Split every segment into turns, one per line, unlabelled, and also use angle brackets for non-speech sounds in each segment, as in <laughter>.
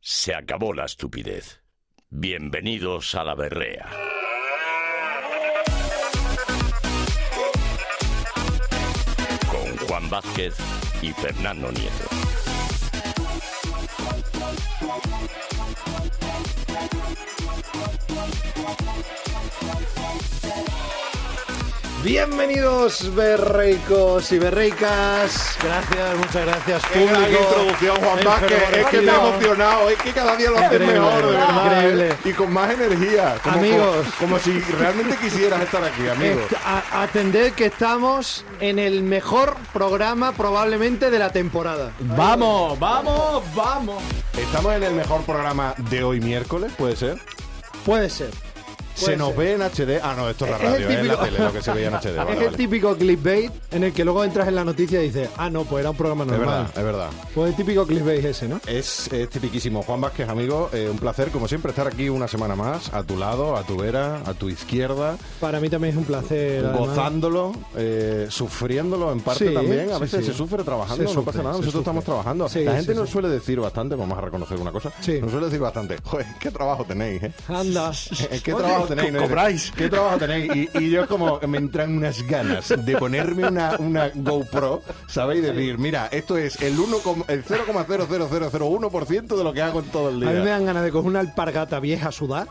Se acabó la estupidez. Bienvenidos a la berrea. Con Juan Vázquez y Fernando Nieto.
Bienvenidos berreicos y berreicas. Gracias, muchas gracias
Qué gran
público.
introducción, Juan
Enfermo
Vázquez. Es que me ha
rápido.
emocionado. Es que cada día lo haces
Increíble,
mejor, de verdad. ¿eh?
increíble.
Y con más energía. Como,
Amigos.
Como, como si realmente quisieras estar aquí, amigo.
Est- a- Atended que estamos en el mejor programa probablemente de la temporada.
Vamos, vamos, vamos.
Estamos en el mejor programa de hoy miércoles, puede ser.
Puede ser.
se nos
ser.
ve en HD. Ah, no, esto es la
Es el
radio, es, en la
típico-
tele, lo que se veía en HD.
<laughs>
Vale,
es el
vale.
típico clickbait en el que luego entras en la noticia y dices, ah, no, pues era un programa
Es
normal.
verdad, es verdad.
Pues el típico clickbait ese, ¿no?
Es, es tipiquísimo. Juan Vázquez, amigo, eh, un placer, como siempre, estar aquí una semana más, a tu lado, a tu vera, a tu izquierda.
Para mí también es un placer. además.
gozándolo, eh, sufriéndolo en parte
Sí,
también. A
sí,
veces
sí.
se sufre trabajando,
Se
no
sufre,
pasa nada.
se
Nosotros
sufre.
estamos trabajando.
Sí,
La
sí,
gente nos
sí.
suele decir bastante, vamos a reconocer una cosa,
Sí.
nos suele decir bastante, joder, qué trabajo tenéis, ¿eh? <laughs>
Anda.
Eh, ¿Qué trabajo tenéis? ¿no?
cobráis.
¿Qué trabajo tenéis? Y, y yo como me entran unas ganas de ponerme una, una GoPro, ¿sabéis? De decir, mira, esto es el, 1 com- el 0,00001% de lo que hago en todo el
A mí me
día.
dan ganas de coger una alpargata vieja a sudar.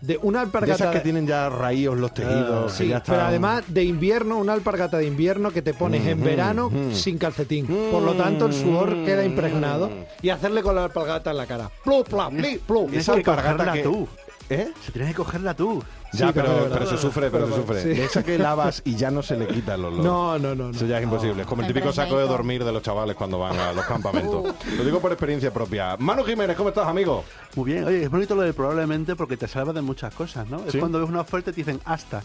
De una
De
alpargata.
esas que tienen ya raídos los tejidos. que
Sí,
ya
pero
están-
además de invierno, una alpargata de invierno que te pones en verano sin calcetín. Por lo tanto, el sudor queda impregnado y hacerle con la alpargata en la cara. Plu, pla, pli, plu.
Esa
Tienes que
alpargata
cogerla
que-
tú.
¿Eh?
Si tienes que cogerla tú.
Ya,
Sí, también es
pero,
verdad.
pero se sufre, pero,
Pero
se
bueno,
sufre.
sí.
De esa que lavas y ya no se le quita el olor.
No, no, no. no.
Eso ya es imposible. Es como el típico saco de dormir de los chavales cuando van a los
<laughs>
campamentos.
Uh.
Lo digo por experiencia propia. Manu Jiménez, ¿cómo estás, amigo?
Muy bien, oye, es bonito lo de probablemente porque te salva de muchas cosas, ¿no? Es
Sí.
cuando ves una oferta y te dicen hasta.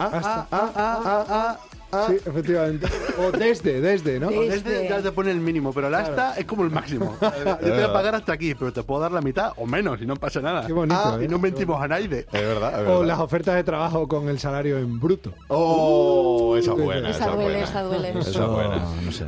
Ah, ah, ah, ah, ah, ah.
Sí, efectivamente. <laughs> O desde, desde, ¿no?
Sí.
Este ya te pone el mínimo, pero el hasta es como el máximo. Yo te voy a pagar hasta aquí, pero te puedo dar la mitad o menos y no pasa nada.
Qué bonito,
Ah,
¿eh?
Y no mentimos a nadie.
Es verdad, es
O
verdad.
las ofertas de trabajo con el salario en bruto.
Oh, esa es buena.
Ah,
Esa
es
duele,
buena.
esa duele.
<laughs>
Esa es buena.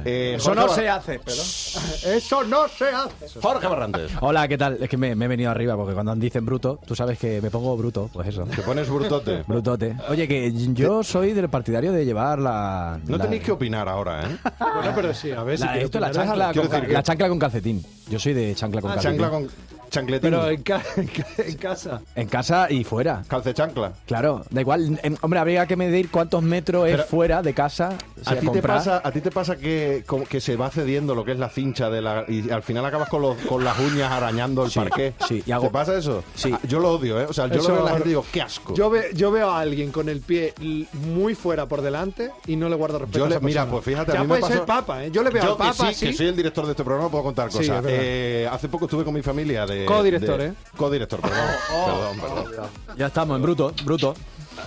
Eh,
Eso
Jorge
no
Bar-
se hace, pero.
<laughs> Eso no se hace.
Jorge Barrantes.
Hola, ¿qué tal? Es que me, me he venido arriba porque cuando dicen bruto, tú sabes que me pongo bruto, pues eso.
Te pones brutote.
Brutote. Oye, que yo soy del partidario de llevar la.
No
la-
tenéis que opinar ahora, ¿eh?
Bueno, Ah, pero sí, a ver si
la,
quiero
esto, la
opinar.
chancla,
Quiero
con,
decir que-
la chancla con calcetín. Yo soy de chancla con calcetín.
Ah, Chancla con chancletín.
Pero eh, en, ca- <laughs> en ca- en casa.
En casa y fuera.
Calcechancla.
Claro, da igual. En- hombre, habría que medir cuántos metros
Pero-
es fuera de casa. si
¿A ti, te
comprar.
pasa, ¿A ti te pasa que, como que se va cediendo lo que es la cincha de la, y al final acabas con, los- con las uñas arañando el parqué?
sí, y hago-
¿Te pasa eso?
Sí.
Ah, Yo lo odio, ¿eh? O sea, yo
Eso-
lo veo a la gente y digo, qué asco.
Yo, ve- yo veo a alguien con el pie l- muy fuera por delante y no le guardo respeto.
Yo
a
le-
esa
mira,
persona.
pues fíjate,
ya
a mí me
puede
pasó-
ser papa, ¿eh? Yo le veo al
Yo, que
papa
sí,
así.
que soy el director de este programa, puedo contar
Sí,
cosas.
es verdad.
Eh, hace poco estuve con mi familia de...
Codirector,
de-
¿eh? Oh,
Codirector, perdón. perdón, perdón.
Ya estamos, en bruto, bruto.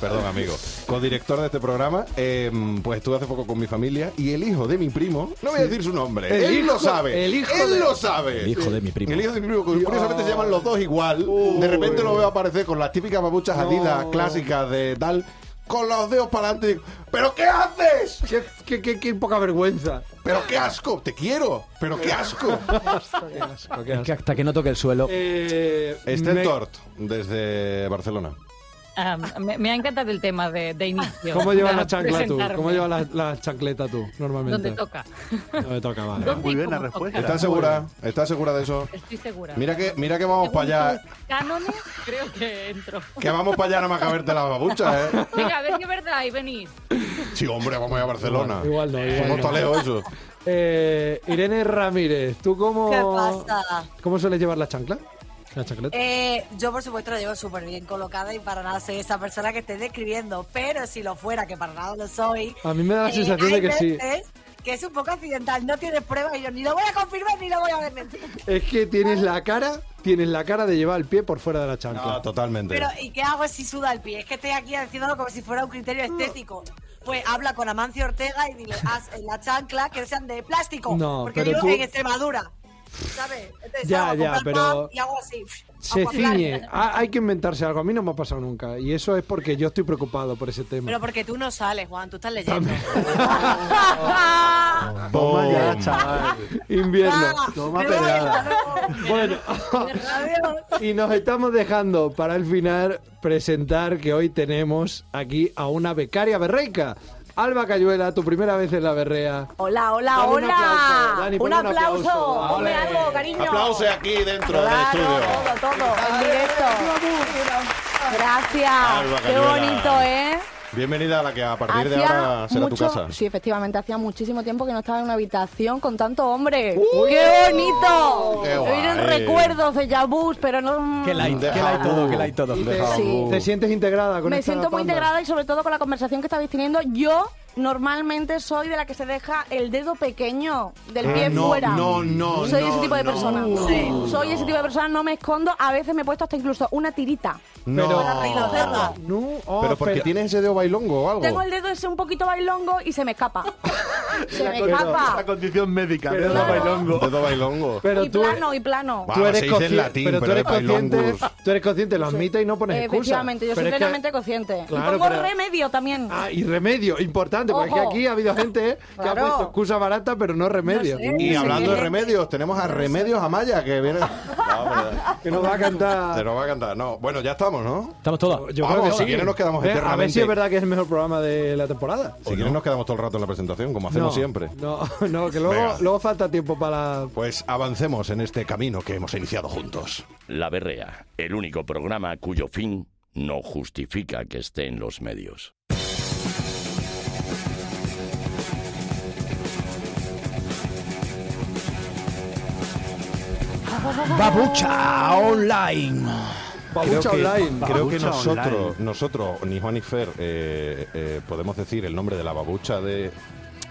Perdón, amigo. Codirector de este programa, eh, pues estuve hace poco con mi familia y el hijo de mi primo, no voy a decir su nombre,
El
él
hijo-
lo sabe.
el hijo
él
de-
lo sabe.
El hijo de mi primo.
El hijo de mi primo, que curiosamente se llaman los dos igual. De repente lo veo aparecer con las típicas babuchas adidas clásicas de tal, con los dedos para adelante. ¿Pero qué haces?
Qué, qué- qué- qué poca vergüenza.
Pero qué asco, te quiero. Pero
<laughs>
qué asco.
Es que hasta que no toque el suelo.
Eh,
Estel
me-
Este Tort, desde Barcelona.
Ah, me, me ha encantado el tema de, de inicio.
¿Cómo llevas
<laughs>
para
la chancla tú?
presentarme.
¿Cómo llevas la, la chancleta tú, normalmente?
Donde toca.
Donde toca, vale.
¿Dónde
Muy
y
bien la
cómo
respuesta.
toca?
¿Estás segura? ¿Estás segura de eso?
Estoy segura.
Mira que, mira que vamos
Según
para allá. eh,
tus cánones, creo que entro.
Que vamos para allá, no más que a verte las babuchas, ¿eh?
Venga, a ver qué verdad y venís.
Sí, hombre, vamos a ir a Barcelona.
Igual no, igual
Somos
no.
toleos
<laughs>
eso.
Eh, Irene Ramírez, ¿tú cómo,
¿Qué pasa?
cómo sueles llevar la chancla? La chancleta.
Eh, yo, por supuesto, lo llevo súper bien colocada y para nada soy esa persona que esté describiendo, pero si lo fuera, que para nada lo soy.
A mí me da la
eh,
sensación de
hay
que sí.
veces Que es un poco accidental, no tienes pruebas y yo ni lo voy a confirmar ni lo voy a desmentir.
Es que
eh.
tienes la cara, tienes la cara de llevar el pie por fuera de la chancla.
No, totalmente.
Pero, ¿y qué hago si suda el pie? Es que estoy aquí haciéndolo como si fuera un criterio
Mm.
estético. Pues habla con Amancio Ortega y dile, haz en la chancla que sean de plástico.
No,
porque
pero
vivo
tú-
en Extremadura. ¿sabes? Entonces,
Ya,
salgo a
ya,
comprar
pero-
pan Y hago así.
Se
hago así.
ciñe. Ha- hay que inventarse algo. A mí no me ha pasado nunca. Y eso es porque yo estoy preocupado por ese tema.
Pero porque tú no sales, Juan, tú estás leyendo.
<laughs>
Toma ya, chaval.
Invierno.
Ah,
Toma
me voy,
pegada.
hasta luego.
Bueno, <laughs>
Adiós.
y nos estamos dejando para el final presentar que hoy tenemos aquí a una becaria berreica. Alba Cayuela, tu primera vez en la berrea.
Hola, hola,
Dale un
hola.
aplauso, Dani,
un
ponle un
aplauso.
aplauso.
Ponme
Ole.
algo, cariño.
Aplausos aquí dentro del
Claro,
estudio.
todo, todo. En directo. Gracias.
Alba
Qué
Cañuela.
bonito, ¿eh?
Bienvenida a la que a partir de
Hacía
ahora será tu
mucho-
casa.
Sí, efectivamente, hacía muchísimo tiempo que no estaba en una habitación con tanto hombre. ¡Qué bonito!
Qué
Me vienen
guay.
recuerdos de Yabús, pero no. mm,
Que la hay, que
Deja
la hay todo,
tú.
que la hay todo.
Sí.
¿Te sientes integrada con
Me
esta
siento muy
banda?
integrada y sobre todo con la conversación que estabais teniendo. Yo normalmente soy de la que se deja el dedo pequeño del pie
no,
fuera.
no, no,
Soy
no,
ese tipo de
no.
persona.
Sí.
Soy ese tipo de persona, no me escondo. A veces me he puesto hasta incluso una tirita.
Reino Cerdo.
No, oh,
Pero porque
espera.
tienes ese dedo bailongo o algo.
Oh.
Tengo el dedo ese un poquito bailongo y se me escapa. se me
La
escapa.
condición médica. ¿eh?
Pero
dedo
claro.
bailongo.
Dedo bailongo.
Pero
y
tú,
plano, y plano.
Va,
tú
Ah,
eres
se dice en
consci-
latín,
pero tú
pero
eres
es
consciente,
bailongus.
tú eres consciente, lo admites y no pones excusa.
Efectivamente, yo soy
Pero es que-
plenamente consciente.
Claro,
y pongo
pero-
remedio también.
Ah, y remedio, importante, porque es que
Ojo.
aquí ha habido gente eh, que ha
Claro.
puesto excusa barata, pero no remedio.
sé.
Y
Sí,
hablando de
sí.
remedios, tenemos a Remedios Amaya que
<laughs>
viene.
Que nos va a
Te
cantar.
lo va a cantar. No, bueno, ya estamos, ¿no?
Estamos todos.
Yo
Vamos,
creo que
si
sí.
quieres nos quedamos
Ve, A ver
eternamente.
si es verdad que es el mejor programa de la temporada.
Si quieres nos quedamos todo el rato en la presentación, como hacemos
Pues No,
siempre.
No, <laughs> no, que luego,
Venga.
luego falta tiempo para.
Pues avancemos en este camino que hemos iniciado juntos.
La Berrea, el único programa cuyo fin no justifica que esté en los medios.
Babucha online.
Pabucha
que,
online.
creo que
Babucha
nosotros,
online.
nosotros, ni Juan ni Fer, eh, eh, podemos decir el nombre de la babucha de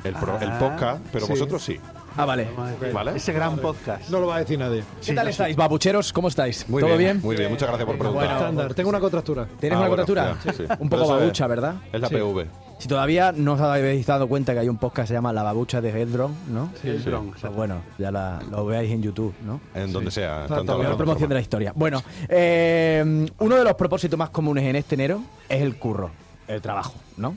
el, pro- el podcast, pero
Sí.
vosotros sí.
Ah, vale.
¿Vale?
Ese gran podcast.
Ah, No lo va a decir nadie.
¿Qué tal estáis, babucheros? ¿Cómo estáis?
Muy
¿Todo
bien,
bien?
Muy bien, muchas gracias por preguntar.
Bueno,
Estándar. Tengo una contractura.
¿Tienes
Ah,
una
bueno,
cotatura?
ya, sí.
Un
Pero
poco
eso es-
babucha, ¿verdad?
Es la
Sí.
PV.
Si todavía no os habéis dado cuenta que hay un podcast que se llama La Babucha de Headron, ¿no?
Sí, el dron.
Pues bueno, ya la- lo veáis en YouTube, ¿no?
En donde sea. en tantas
también.
La
plataformas.
promoción de la historia. Bueno, eh, uno de los propósitos más comunes en este enero es el curro, el trabajo, ¿no?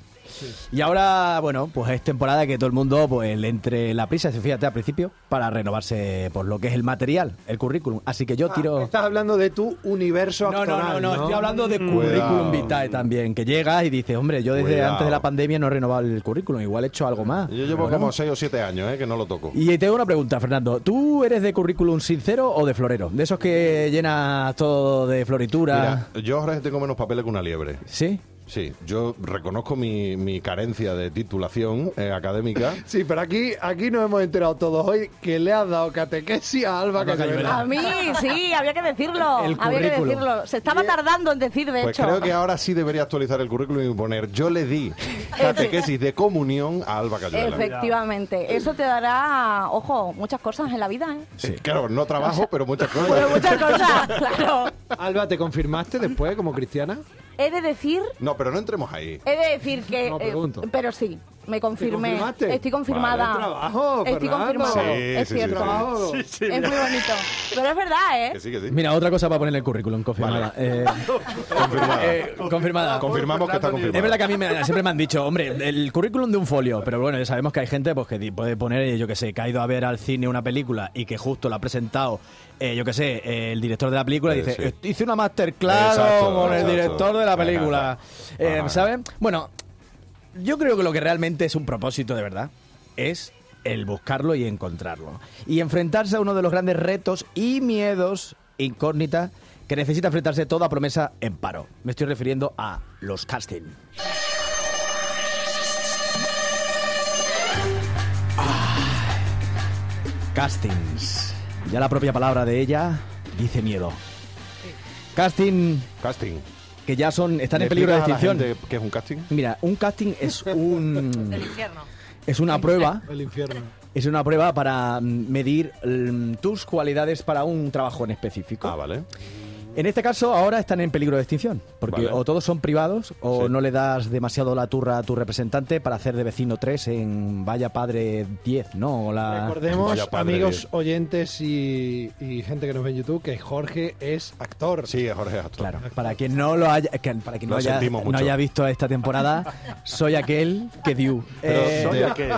Y ahora, bueno, pues es temporada que todo el mundo pues le entre la prisa, si fíjate al principio, para renovarse por lo que es el material, el currículum. Así que yo tiro...
Ah, estás hablando de tu universo
No, no, no,
actoral,
no, estoy hablando de
Cuidado.
currículum vitae también, que llegas y dices, hombre, yo desde
Cuidado.
antes de la pandemia no he renovado el currículum, igual he hecho algo más.
Yo llevo
Pero
como
bueno.
6 o 7 años, ¿eh? Que no lo toco.
Y tengo una pregunta, Fernando. ¿Tú eres de currículum sincero o de florero? De esos que llenas todo de floritura.
Mira, yo ahora tengo menos papeles que una liebre.
¿Sí?
Sí, yo reconozco mi, mi carencia de titulación eh, académica.
Sí, pero aquí, aquí nos hemos enterado todos hoy que le has dado catequesis a Alba
Alba
Cayuela.
A mí, sí, había que decirlo.
El
había que
currículum.
decirlo. Se estaba tardando en decir, de
Pues
hecho.
creo que ahora sí debería actualizar el currículum y poner yo le
<laughs>
di catequesis de comunión a Alba Cayuela.
Efectivamente. Eso te dará, ojo, muchas cosas en la vida, ¿eh?
Sí, claro, no trabajo, pero muchas cosas.
Pero muchas
<laughs>
cosas, claro.
Ah. Alba, ¿te confirmaste después como cristiana?
He de decir,
No, pero no entremos ahí.
he de decir que.
No,
eh,
pregunto.
pero sí, me confirmé.
confirmaste?
Estoy confirmada.
Vale.
Trabajo,
Estoy
Fernando.
confirmada.
Sí,
es
sí, sí,
cierto.
sí.
Sí,
Es muy bonito. Pero es verdad, ¿eh?
Que sí, que sí.
Mira, otra cosa para poner en el currículum, confirmada. Eh,
<laughs> Confirmada.
eh, confirmada.
Confirmamos que está confirmada.
Es verdad que a mí me- siempre me han dicho, hombre, el currículum de un folio, pero bueno, ya sabemos que hay gente pues, que di- puede poner, eh, yo que sé, que ha ido a ver al cine una película y que justo la ha presentado, eh, yo que sé, eh, el director de la película y
Eh,
dice,
sí.
"Eh, hice una masterclass
Exacto,
con el
exacto.
director de la
Ajá,
película,
ajá.
Eh,
Ajá.
¿sabes? Bueno, yo creo que lo que realmente es un propósito de verdad es el buscarlo y encontrarlo. Y enfrentarse a uno de los grandes retos y miedos incógnitas que necesita enfrentarse toda promesa en paro. Me estoy refiriendo a los casting. Ah, Castings. Ya la propia palabra de ella dice miedo. Casting
Casting.
que ya son están
¿Le
en peligro de
explicas a la
extinción.
gente ¿Qué es un casting?
Mira, un casting
<laughs>
es
Del
un
infierno.
es una prueba,
El infierno.
es una prueba para mm, medir mm, tus cualidades para un trabajo en específico.
Ah, vale.
En este caso, ahora están en peligro de extinción, porque
Vale.
o todos son privados o
Sí.
no le das demasiado la turra a tu representante para hacer de vecino 3 en Vaya Padre 10, ¿no? O la...
Recordemos,
Vaya padre
amigos,
de-
oyentes y, y gente que nos ve en YouTube, que Jorge es actor.
Sí, Jorge Astor.
Claro, para quien no lo haya, que- para quien
Lo
no haya,
sentimos
no
mucho.
haya visto esta temporada, soy aquel que dio.
Pero
Eh,
soy
de,
aquel.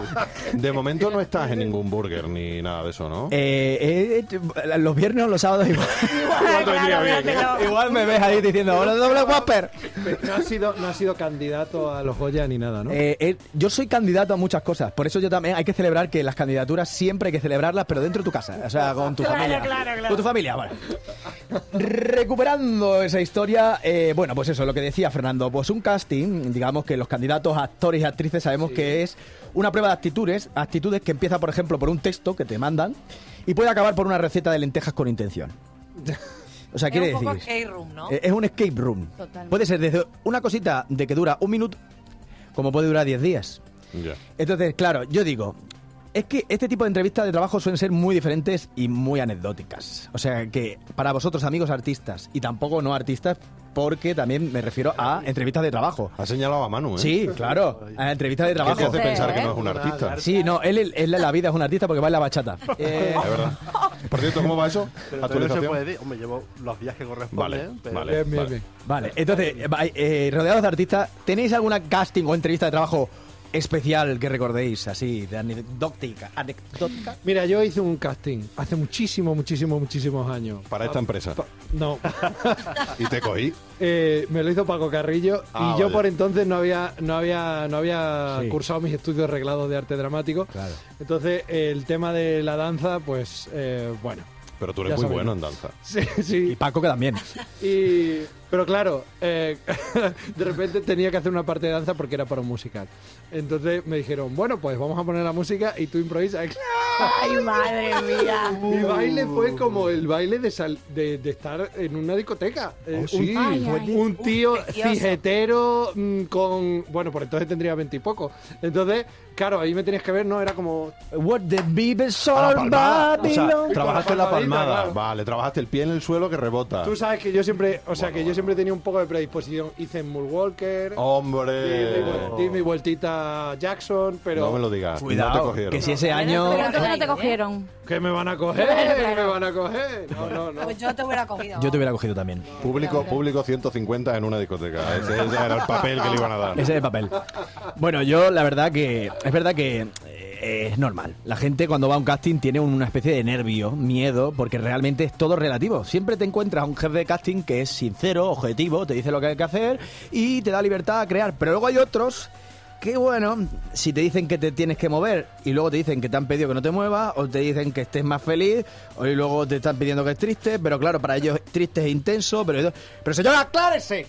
de momento no estás en ningún burger ni nada de eso, ¿no?
eh, eh, los viernes o los sábados
<laughs>
igual,
Ah,
Claro,
vendría bien,
fíjate, <laughs> no.
igual me ves ahí diciendo, hola doble Whopper.
No ha sido, no ha sido candidato a los Goya ni nada, ¿no?
Eh, eh, yo soy candidato a muchas cosas, por eso yo también hay que celebrar que las candidaturas siempre hay que celebrarlas, pero dentro de tu casa, o sea, con tu
Claro,
familia.
claro, claro.
Con tu familia, vale. Recuperando esa historia, eh, bueno, pues eso, lo que decía Fernando, pues un casting, digamos que los candidatos, actores y actrices sabemos que es una prueba de actitudes, actitudes que empieza, por ejemplo, por un texto que te mandan y puede acabar por una receta de lentejas con intención. O sea, quiere
es un
decir...
poco escape room, ¿no?
Eh, Es un escape room.
Totalmente.
Puede ser desde una cosita de que dura un minuto, como puede durar 10 días.
Ya.
Entonces, claro, yo digo, es que este tipo de entrevistas de trabajo suelen ser muy diferentes y muy anecdóticas. O sea, que para vosotros, amigos artistas, y tampoco no artistas, porque también me refiero a entrevistas de trabajo.
Ha señalado a Manu, ¿eh?
Sí, claro, a entrevistas de
¿Qué te
trabajo.
hace
Sí,
pensar
¿eh?
que no es un artista?
Sí, no, él, él- él en la vida es un artista porque baila
<laughs>
bachata. Eh,
Es verdad. Por cierto, ¿cómo va eso?
Pero todavía no se puede
Actualización.
decir. Hombre, llevo los días que corresponden.
Vale,
pero-
vale.
Bien, bien,
vale.
bien.
Vale, entonces, eh, va- eh, rodeados de artistas, ¿tenéis alguna casting o entrevista de trabajo especial que recordéis, así, de anecdótica? anecdótica?
Mira, yo hice un casting hace muchísimo, muchísimo, muchísimos años.
Para esta empresa.
No,
Y te cogí.
eh, me lo hizo Paco Carrillo
Ah,
y yo
vale.
por entonces no había, no había, no había
Sí.
cursado mis estudios reglados de arte dramático.
Claro.
Entonces el tema de la danza, pues eh, bueno. <laughs>
Pero tú
Ya
eres muy
sabemos.
bueno en danza.
Sí, sí.
Y Paco que
<laughs>
también.
Y- pero claro, eh, <laughs> de repente tenía que hacer una parte de danza porque era para un musical. Entonces me dijeron, bueno, pues vamos a poner la música y tú improvisas. <laughs>
Ay, madre mía.
Mi baile fue como el baile de, sal- de, de estar en una discoteca.
Oh,
Eh, un,
Ay, ay.
un tío
Uf, precioso.
cijetero mm, con... Bueno, por entonces tendría veintipoco. Entonces, claro, ahí me tenías que ver, ¿no? Era como...
What the Beavers
Ah,
are
palmada. O sea,
Babylon.
trabajaste en la
palmadita,
palmada.
claro.
Vale, trabajaste el pie en el suelo que rebota.
Tú sabes que yo siempre... O sea, que
Ah. Bueno, bueno. Oh,
yo siempre tenía un poco de predisposición. Hice Moonwalker... Di, mi,
Hombre.
vuel- di mi vueltita a Jackson, pero...
No me lo digas. no te
Cuidado,
cogieron.
que si ese año...
Pero entonces no te cogieron.
¿Qué me van a coger? ¿Qué me van a coger? No, no, no.
Pues yo te hubiera cogido.
Yo te hubiera cogido también.
Público, público 150 en una discoteca. Ese, ese era el papel que le iban a dar.
Ese es el papel. Bueno, yo la verdad que... Es verdad que eh, es normal. La gente cuando va a un casting tiene una especie de nervio, miedo, porque realmente es todo relativo. Siempre te encuentras a un jefe de casting que es sincero, objetivo, te dice lo que hay que hacer y te da libertad a crear. Pero luego hay otros que, bueno, si te dicen que te tienes que mover y luego te dicen que te han pedido que no te muevas o te dicen que estés más feliz o y luego te están pidiendo que es triste, pero claro, para ellos triste es intenso, pero... ellos- Pero señor, aclárese.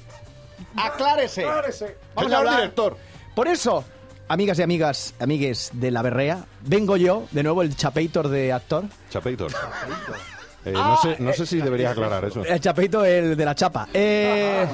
Aclárese.
Aclárese.
Vamos a
Señor
hablar.
director.
Por eso, amigas y amigas, amigues de la berrea, vengo yo, de nuevo el chapeitor de actor.
Chapeitor. Eh, no, sé, no sé si deberías aclarar eso.
El chapeito el de la chapa. Eh,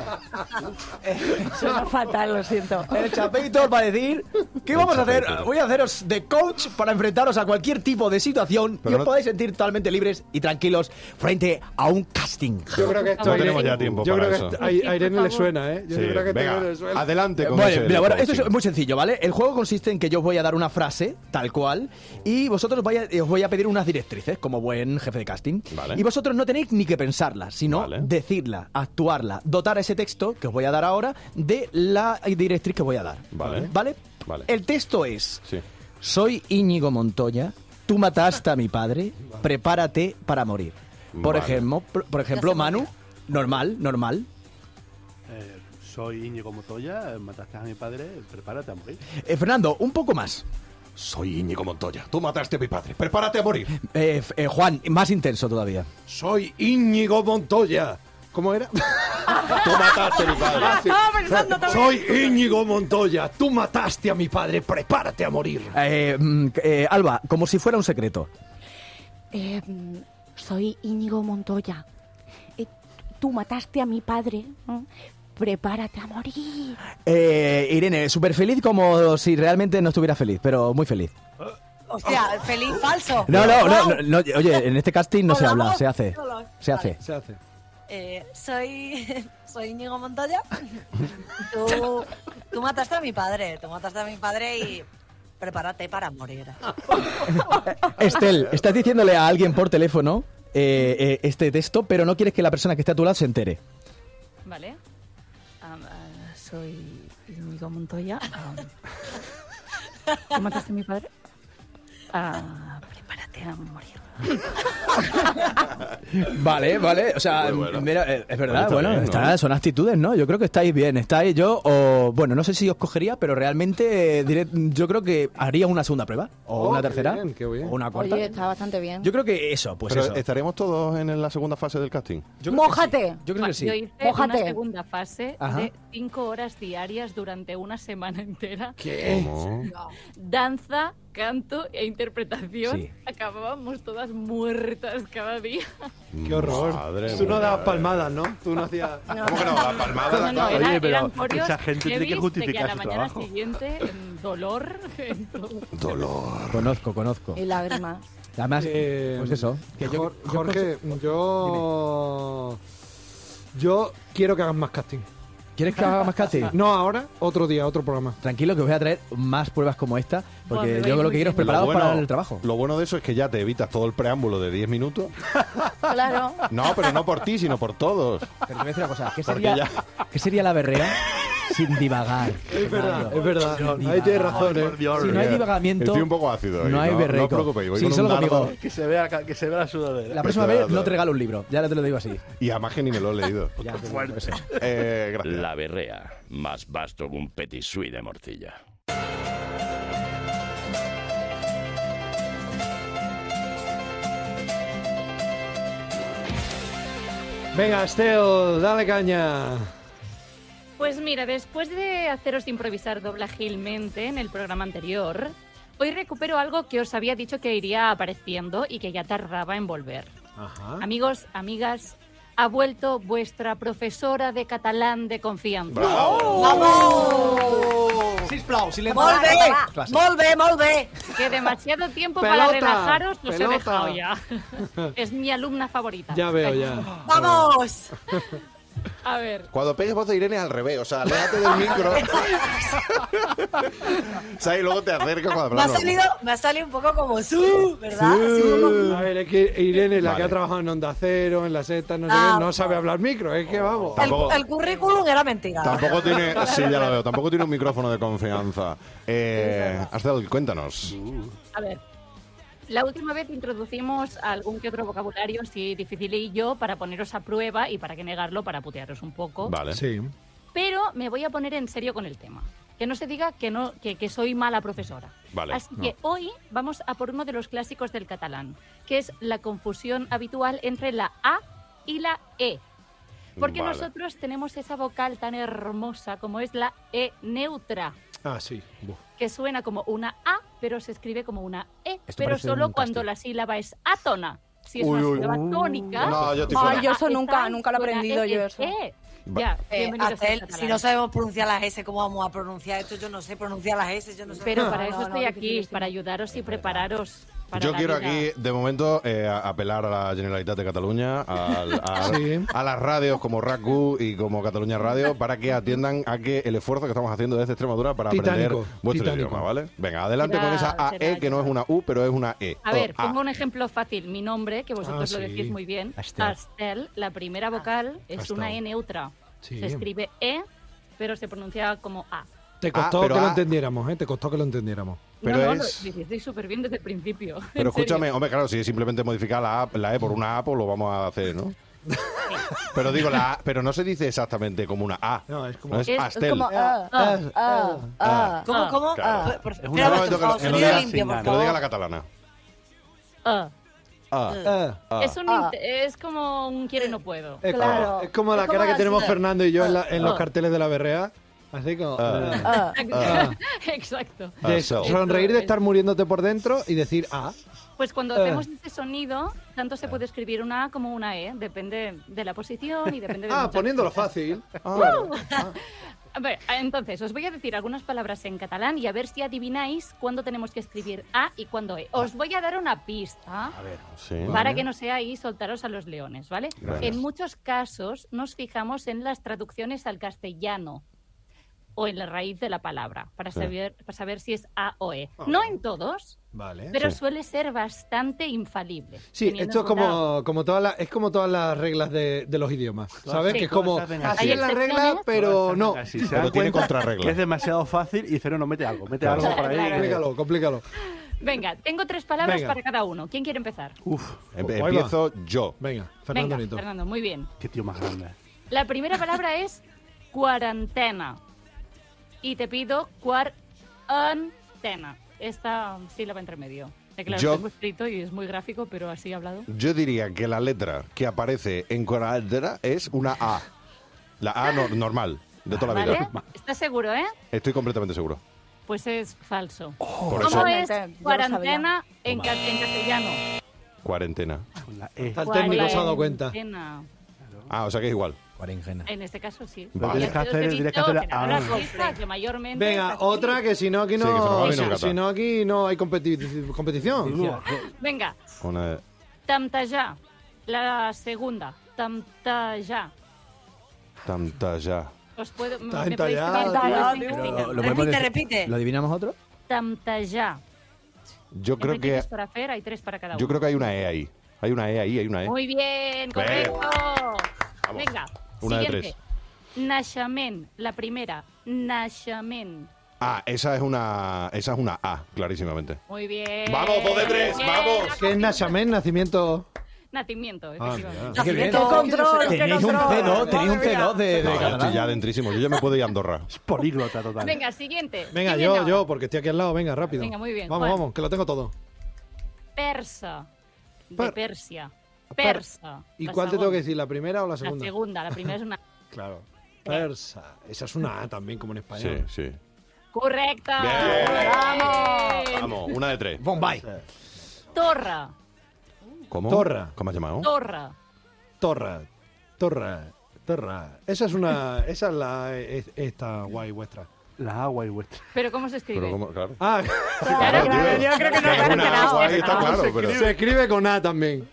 <laughs> Suena fatal, lo siento.
el chapeito para decir ¿Qué vamos a hacer.
chapeitor.
Voy a haceros de coach para enfrentaros a cualquier tipo de situación y
Pero
os
no-
podáis sentir totalmente libres y tranquilos frente a un casting.
Yo creo que esto
No
a Irene-
tenemos ya tiempo
Yo
para
creo que
eso.
a a Irene le
Por favor.
suena, ¿eh? Yo
Sí,
creo que a
venga,
Irene le suena.
adelante con
Bueno,
ese
mira, bueno, esto es
coaching.
muy sencillo, ¿vale? El juego consiste en que yo os voy a dar una frase, tal cual, y vosotros vais a- eh, os voy a pedir unas directrices, como buen jefe de casting.
Vale.
Y vosotros no tenéis ni que pensarla, sino
Vale.
decirla, actuarla, dotar ese texto que os voy a dar ahora de la directriz que os voy a dar.
Vale.
¿Vale?
Vale.
El texto es,
Sí.
soy Íñigo Montoya, tú mataste a mi padre, prepárate para morir. Por
Vale.
ejemplo, por, por ejemplo, Manu, normal, normal.
Eh, soy Íñigo Motoya, eh, mataste a mi padre, prepárate a morir.
Eh, Fernando, un poco más.
Soy Íñigo Montoya. Tú mataste a mi padre. Prepárate a morir.
Eh, f- eh, Juan, más intenso todavía.
Soy Íñigo Montoya. ¿Cómo era?
Tú mataste a mi padre.
Estaba pensando también.
Soy Íñigo Montoya. Tú mataste a mi padre. Prepárate a morir.
Eh, mm, eh, Alba, como si fuera un secreto.
Eh, mm, soy Íñigo Montoya. Eh, tú mataste a mi padre. ¿no? Prepárate a morir.
Eh, Irene, súper feliz como si realmente no estuviera feliz, pero muy feliz.
Hostia, feliz falso.
No, no, no,
Wow.
no, no, oye, en este casting no se
Hola,
habla,
vamos.
se hace. Se hace.
Se hace.
eh, soy, <laughs> soy Íñigo Montoya. Tú, tú mataste a mi padre, tú mataste a mi padre y prepárate para morir.
Estel, estás diciéndole a alguien por teléfono eh, eh, este texto, pero no quieres que la persona que esté a tu lado se entere.
¿Vale? Am- ah, soy Íñigo Montoya. Am, ¿Tú mataste a mi padre? Ah, prepárate a morir.
Vale, vale. O sea,
Muy bueno.
mira, eh, es
Bueno,
verdad,
está
bueno,
bien, ¿no?
está- son actitudes, ¿no? Yo creo que estáis bien. Estáis yo, o, bueno, no sé si os cogería, pero realmente eh, diré- yo creo que haría una segunda prueba, o
Oh,
una
qué
tercera,
bien, qué bien.
o una cuarta.
Oye, está bastante bien.
Yo creo que eso, pues
Pero
eso.
estaremos todos en la segunda fase del casting.
Yo creo que sí.
Mójate.
Yo creo que
Yo
sí.
hice
Mójate.
una segunda fase
Ajá.
de cinco horas diarias durante una semana entera.
¿Cómo?
Danza, canto e interpretación.
Sí.
Acabábamos todas muertas
<laughs>
cada día.
Qué horror.
mm, Madre
Tú no
mía. Ah,
dabas palmadas, ¿no? Tú no hacías.
¿Cómo que no? La palmada
No,
la
no,
clava.
era-
Oye, pero
eran corios
esa gente tiene que
heavies de
justificar
a la
su
mañana
trabajo.
siguiente, en dolor, <laughs> en todo.
Dolor.
Conozco, conozco.
Y lágrimas.
Además,
Eh,
pues eso. que yo-
Jor-
yo
Jorge,
mm,
yo. Yo quiero que hagan más casting.
¿Quieres que haga más casting?
<laughs>
Ah.
No ahora, otro día, otro programa.
Tranquilo, que os voy a traer más pruebas como esta,
Buah,
porque
me vais
yo lo
muy
que quiero es
bien.
preparados
Lo bueno-
para el trabajo.
Lo bueno de eso es que ya te evitas todo el preámbulo de 10 minutos.
Claro.
No, pero no por ti, sino por todos.
Pero te voy a decir una cosa, ¿qué
Porque
sería,
ya-
qué sería la berrea sin
<laughs>
divagar?
Es verdad,
Fernando?
es verdad.
Sin
Ahí
divagar.
tienes razón, ¿eh?
Por Dios,
Si no hay
mira.
divagamiento,
Estoy un poco ácido hoy,
no hay
no- no
berreico.
os preocupéis, voy
Sí,
con un
solo
dardo.
conmigo.
Que se vea, ca- que se vea la sudadera.
La próxima
Me
vez
estoy
no
dando.
te regalo un libro, ya te lo digo así.
Y además que ni me lo he leído.
Ya, pues,
fuerte.
yo qué sé.
Eh, gracias.
La berrea, más vasto que un petit suite de morcilla.
Venga, Esteo, dale caña.
Pues mira, después de haceros improvisar doblajeilmente en el programa anterior, hoy recupero algo que os había dicho que iría apareciendo y que ya tardaba en volver.
Ajá.
Amigos, amigas, ha vuelto vuestra profesora de catalán de confianza.
Sis plau, silencio.
Molt bé,
Clase.
molt bé, molt bé.
Que demasiado tiempo
Pelota,
para relajaros los
pelota.
he dejado ya.
<laughs>
es mi alumna favorita.
Ya veo, ya.
¡Vamos!
<laughs> A ver,
Cuando pegues voz de Irene al revés, o sea, aléjate del <laughs> micro. ¿Sabes? Y luego te acercas cuando
Me ha
hablas.
salido, me ha salido un poco como su, ¿verdad? Su.
A ver, es que Irene, la que
Mm. Vale.
ha trabajado en Onda Cero, en la Z, no, sé
Ah,
qué, no sabe hablar micro, es que vamos.
El,
Oh, Tampoco.
el currículum era mentira.
Ah.
Tampoco tiene, sí, ya lo veo, tampoco tiene un micrófono de confianza. Eh, Astel, cuéntanos.
Uh. a ver. La última vez introducimos algún que otro vocabulario así dificilillo para poneros a prueba y para que negarlo, para putearos un poco.
Vale.
Sí.
Pero me voy a poner en serio con el tema. Que no se diga que, no, que, que soy mala profesora.
Vale,
Así que hoy vamos a por uno de los clásicos del catalán, que es la confusión habitual entre la A y la E. Porque
Vale.
nosotros tenemos esa vocal tan hermosa como es la E neutra,
Ah, sí. Buh.
que suena como una A, pero se escribe como una E,
Esto
pero
parece
solo
un
cuando
castigo.
la sílaba es átona. Si es
Uy,
una
uy.
sílaba tónica.
No, yo estoy
la E
fuera.
Ay, yo eso
A
nunca-
está,
nunca lo he
suena
aprendido
E,
yo
E,
eso.
E.
Va-
Ya,
Eh,
bienvenidos al
Axel,
catalán.
si no sabemos pronunciar las S, ¿cómo vamos a pronunciar esto? Yo no sé pronunciar las S, yo no sé.
Pero para
No,
eso
no, no,
estoy aquí,
dificilísimo.
para ayudaros y prepararos. Para
Yo
la
quiero
vida.
aquí, de momento, eh, a- apelar a la Generalitat de Cataluña, al-
<laughs>
a,
Sí.
a las radios como RACU y como Cataluña Radio, para que atiendan a que el esfuerzo que estamos haciendo desde Extremadura para
Titánico,
aprender vuestro
titánico.
idioma, ¿vale? Venga, adelante con esa
Será-
AE, que no es una U, pero es una E.
A ver,
Oh,
pongo un ejemplo fácil. Mi nombre, que vosotros
Ah,
lo
sí.
decís muy bien,
Astel.
Astel, la primera vocal es
Astel.
una E neutra.
Sí.
Se escribe E, pero se pronuncia como A.
Te
Ah,
costó
pero
que lo
ah-
entendiéramos, ¿eh? Te costó que lo entendiéramos.
Pero
no, no,
es-
lo decís súper bien desde
<laughs>
el principio.
Pero
en serio.
escúchame, hombre, claro, si es simplemente modificar la, A- la E por una A, pues lo vamos a hacer, ¿no? pero digo, la A, pero no se dice exactamente como una A.
No, es como-
Es- es
pastel.
Como, ah, ah, ah, ah.
¿Cómo, cómo?
claro.
Eh, por-
Es un
espérame,
momento
por
que lo-
favor,
que lo
sonido
digas
limpio,
sin
por
Que lo diga la
favor.
catalana.
Ah.
Ah, ah.
Es, un
Ah.
int- es como un quiero y no puedo.
Es,
Claro.
como, es como la
Es como
cara que
así
tenemos
de-
Fernando y yo en, la- en los
Ah.
carteles de la berrea. Así como. eh,
Ah.
ah.
Exacto.
De
Ah,
<laughs>
so.
sonreír de estar muriéndote por dentro y decir, ah,
Pues cuando
Eh.
hacemos este sonido, tanto se puede escribir una A como una E, depende de la posición y depende de.
Ah,
muchas
poniéndolo
cosas.
fácil.
A ver, entonces, os voy a decir algunas palabras en catalán y a ver si adivináis cuándo tenemos que escribir A y cuándo E. Os voy a dar una pista
Sí.
para que no seáis soltaros a los leones, ¿vale?
Gracias.
En muchos casos nos fijamos en las traducciones al castellano o en la raíz de la palabra para
Sí.
saber, para saber si es A o E.
Oh.
No en todos,
Vale.
pero suele ser bastante infalible.
¿Eh? Sí,
teniendo
esto es
en cuenta-
como, como todas las, es como todas las reglas de, de los idiomas, ¿sabes?
Sí.
que es como,
Todas saben así.
así es la
Hay
regla,
excepciones.
pero no.
Así, se
Pero
dan
tiene
cuenta
contrarregla.
que Es demasiado fácil y dice, no, no, mete algo, mete
Claro.
<laughs> algo para ahí. que-
Complícalo, complícalo.
Venga, tengo tres palabras
Venga.
para cada uno. ¿Quién quiere empezar?
Uf,
Em-
Ahí va.
Empiezo yo.
Venga, Fernando
Venga,
Nito.
Fernando, muy bien.
qué tío más grande.
La primera palabra es cuarentena. Y te pido cuarentena. Esta sílaba entre medio. Que claro,
Yo-
tengo escrito y es muy gráfico, pero así hablado.
Yo diría que la letra que aparece en cuarentena es una A. La A no- normal, de toda la
¿Vale?
vida.
<laughs>
¿Estás seguro, eh?
Estoy completamente seguro.
Pues es falso.
Oh,
Por eso,
¿Cómo es
Totalmente, yo lo
cuarentena en, ca- en castellano?
cuarentena.
Con la E.
Está el técnico, se ha dado cuenta.
Cuarentena.
Ah, o sea que es igual.
Cuarentena.
En este caso sí.
Vale.
Y
Tienes
que
os he
hacer-
dicho
tienes que hacer-
que no las
ah.
fiestas, que mayormente
Venga,
está-
otra que si no aquí
Sí, que se nos va a
no,
venir un
si-
gato.
si no aquí no hay competi- competición.
Venga,
Una-
tamtallá. La segunda, tamtallá.
tanta ya.
Os puedo, me
Tanta
me podéis
ya,
pedir
tanta
más
ya,
minutos.
tío.
Lo, lo
Repite,
podemos decir-
repite.
¿Lo adivinamos otro?
Tantallá.
Yo
Creo
creo que
para Fer, hay tres para cada uno.
yo creo que hay una E ahí. Hay una E ahí, hay una E.
Muy bien, correcto. Venga,
Una de
siguiente.
tres.
Naixement, la primera. Naixement.
Ah, esa es una esa es una A, clarísimamente.
Muy bien.
Vamos, dos de tres,
Bien.
vamos.
Que es Nashamen, nacimiento.
Nacimiento,
mira.
efectivamente.
Qué
Nacimiento,
bien.
control, qué
Tenéis un
control.
C2, tenéis un
Madre mía.
C2 de, de
No, yo
catalán.
estoy ya dentrísimo. Yo ya me puedo ir a Andorra.
Es políglota total.
Venga, siguiente.
Venga,
¿Quién
yo,
viene
yo,
ahora?
porque estoy aquí al lado, venga, rápido.
Venga, muy bien,
Vamos,
Juan.
vamos, que lo tengo todo.
Persa. De
Per-
Persia.
Per-
Persa.
¿Y
La
cuál te
segunda.
tengo que decir, la primera o la
La
segunda?
segunda, la primera es una.
Claro. Persa. Esa es una A también, como en
Sí,
español.
sí.
Correcta.
Bien.
¡Vamos!
Vamos, una de tres.
Bombay.
Torra.
¿Cómo?
Torra.
¿Cómo has llamado?
Torra.
Torra. Torra. Torra. Esa es una. Esa es la. es- esta guay vuestra.
La agua y vuestra.
Pero ¿cómo se escribe?
Pero cómo, claro. <laughs>
Ah,
Claro,
claro,
tío.
yo creo que no
Es una
me he enterado.
agua ahí, está claro, pero-
se escribe con A también.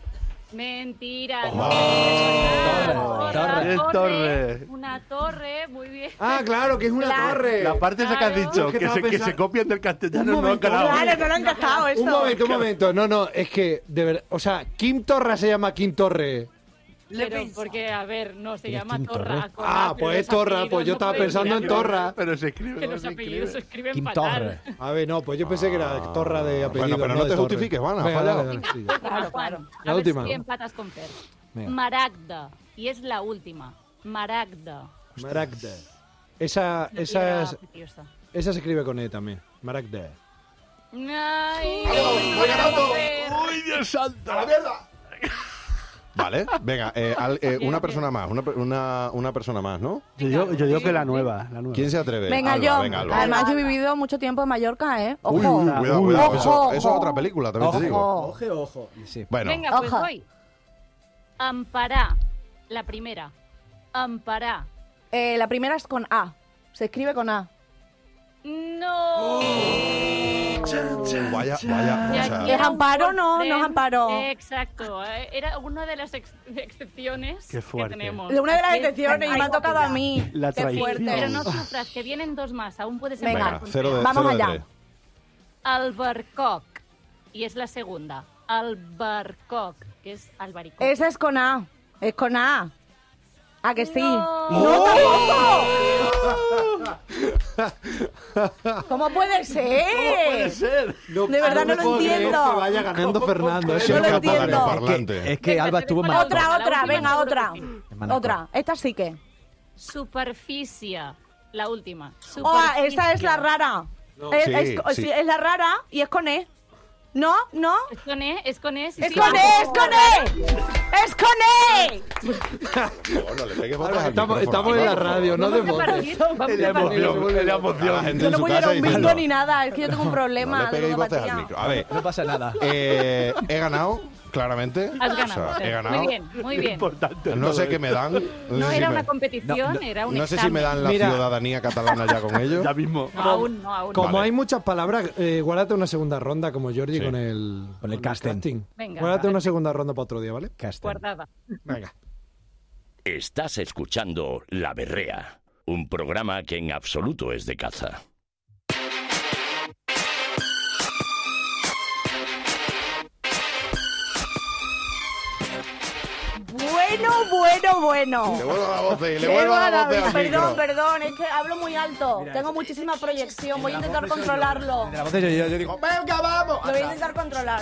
Mentira. no es
Torre,
una torre,
torre. Torre.
Una torre, muy bien.
Ah, claro, que es una
Claro.
torre.
La parte esa que has
Claro.
dicho,
Es que
que, se,
estaba
que se
pensando-
copian del
Un
castellano, no han
momento.
calado.
Claro, no lo han encajado esto.
un momento, un momento. No, no, es que, de verdad. O sea, Kim Torra se llama Kim Torre.
Le
Pero
pinza.
porque, a ver, no, se
Tienes
llama
Kim Torre.
Torra. con
Ah,
A, pero
pues es
los
Torra, pues
apellidos
yo
no
estaba
puedes
pensando en
mirar.
Torra.
Pero se escribe.
Que
no
los
se
apellidos se
escribe.
escriben
Kim
fatal.
Torre.
A ver, no, pues yo pensé que era Torra de
Ah,
apellido.
bueno, pero no
de
te
torre.
justifiques, Juan, has
Venga,
fallado.
dale, dale, sí.
Claro, claro.
La
a ver
última.
si empatas con Fer.
Venga.
Maragda. Y es la última. Maragda.
Maragda. Esa,
Una
esa,
piedra
es-
preciosa.
esa se escribe con E también. Maragda.
Ay, pues
voy
bravo,
ganando.
Fer.
¡Uy, Dios santo!
Vale, venga, eh, al- eh, una persona más, una, per- una- una persona más, ¿no?
Yo, digo- yo digo que la nueva, la nueva.
¿Quién se atreve?
Venga,
Alba,
yo.
venga, Alba.
Además, yo he vivido mucho tiempo en Mallorca, ¿eh? Ojo.
Uy, uy, cuidado, cuidado.
Ojo,
eso,
ojo.
eso es otra película, también te digo.
Ojo.
Ojo, ojo. Sí.
Bueno,
Venga, pues
Ojo.
voy. Ampará, la primera. Ampará.
Eh, la primera es con A. Se escribe con A.
No.
vaya, vaya.
Y
Oh. o
aquí
sea,
era
¿Les
un
amparo o no?
Fortren.
¿No os amparo?
Exacto. eh, Era una de las ex- excepciones
Qué
que
fuerte.
tenemos.
Una de las
Así es.
excepciones y me ha tocado a mí.
La
Qué
traición.
fuerte.
Pero no sufras, que vienen dos más. Aún puedes
Venga,
empatar
venga,
con
cero de,
Vamos
cero de
allá.
tres.
Albercoc. Y es la segunda. Albercoc, que es albaricoque.
Esa es con A. Es con A. ¿A que sí?
No.
¿Cómo puede ser?
puede ser?
De verdad no lo
puedo creer
entiendo.
Que vaya ganando Fernando. Eso
¿eh? No
es
lo
que puedo
entiendo.
creer.
parlante.
Es que Alba estuvo en
Otra.
Mallorca.
Otra, otra,
La última
venga,
seguro
otra.
que sí.
Manacor.
Otra. Esta sí que.
Superficie. La última.
Oh, esa es
Superficie.
la rara.
Sí,
es, es-
sí.
es la rara y es con E. ¿No? ¿No?
Es con E, es con E. sí,
¡Es
sí.
con E! ¡Es con E! ¡Es con E!
No, no le pegues botas al
Estamos,
micrófono,
estamos en la
Álvaro.
radio, no
E.
Vamos a
desmontes.
partir, vamos a partir.
A la gente
Yo
en
no
su
voy a ir a
casa
un
diciendo,
bingo ni nada, es que yo
<laughs>
tengo un
No
problema.
le peguéis
de
voces al
ludopatía.
micro. A ver,
No pasa nada.
eh, he ganado, claramente.
Has
O sea,
ganado.
he ganado.
Muy bien, muy bien.
Importante.
No sé qué me dan.
No
sé si
era
me-
una competición, era un
no sé si me
examen.
dan la
Mira.
ciudadanía catalana ya con ellos.
Ya mismo. <laughs>
No, aún no, aún
Como
no.
hay muchas palabras, eh, guárdate una segunda ronda como Jordi
Sí.
con el,
Con el casting.
Venga,
guárdate
vale.
una segunda ronda para otro día, ¿vale?
Castan.
Guardada.
Venga.
Estás escuchando La Berrea, un programa que en absoluto es de caza.
Bueno, bueno, bueno.
Le vuelvo la voz y le
Qué
vuelvo la voz
maravilla.
al
Perdón,
micro.
perdón, es que hablo muy alto. Tengo muchísima proyección, voy a intentar controlarlo.
De la voz de yo, yo, yo digo, ¡venga, vamos!
Lo voy a intentar controlar.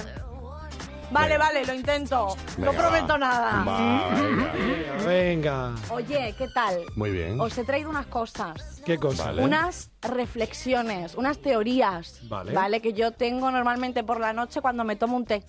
Vale, vale, lo intento. No
Venga,
prometo
va.
nada.
Va, venga.
Venga.
Oye, ¿qué tal?
Muy bien.
Os he traído unas cosas.
¿Qué cosa?
Vale.
Unas reflexiones, unas teorías,
Vale.
Que yo tengo normalmente por la noche cuando me tomo un té.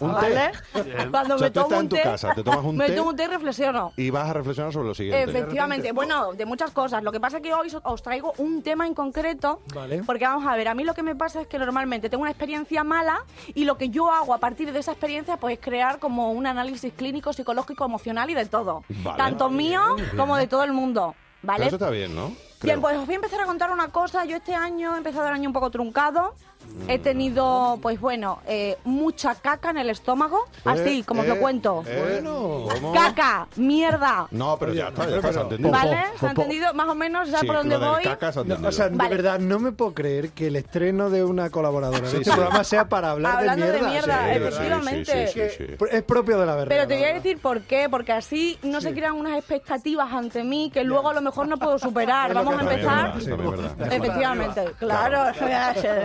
¿Un
¿Vale? <laughs> Cuando
O sea,
me
tú
tomo
estás
un
en tu
té,
casa, te tomas un
<laughs> me
té.
tomo un té y reflexiono.
Y vas a reflexionar sobre lo siguiente.
Efectivamente, bueno, de muchas cosas. Lo que pasa es que hoy so- os traigo un tema en concreto,
Vale.
porque vamos a ver, a mí lo que me pasa es que normalmente tengo una experiencia mala y lo que yo hago a partir de esa experiencia pues es crear como un análisis clínico, psicológico, emocional y de todo,
Vale.
tanto mío como de todo el mundo,
Pero
¿vale?
eso está bien, ¿no?
Bien,
Creo.
pues os voy a empezar a contar una cosa. Yo este año he empezado el año un poco truncado.
Mm.
He tenido, pues bueno, eh, mucha caca en el estómago, así
Eh,
como os
eh,
lo cuento.
eh,
Bueno.
¿cómo?
Caca, mierda,
No, pero ya está, ya está, se ha entendido.
¿Vale? ¿Se ha entendido más o menos ya
Sí,
por dónde
lo del
voy?
caca se ha
No,
entendido.
o sea,
Vale.
de verdad, no me puedo creer que el estreno de una colaboradora de
Sí,
este
sí.
programa sea para hablar
Hablando
de
de
mierda.
mierda,
Sí, de verdad.
efectivamente.
Sí, sí, sí, sí, sí.
Es propio de la verdad.
Pero te voy
la
a
verdad.
decir por qué, porque así no se crean unas expectativas ante mí que luego a lo mejor no puedo superar.
Es lo
<laughs>
Vamos a
que
También es
empezar.
verdad, también es verdad.
Efectivamente, claro.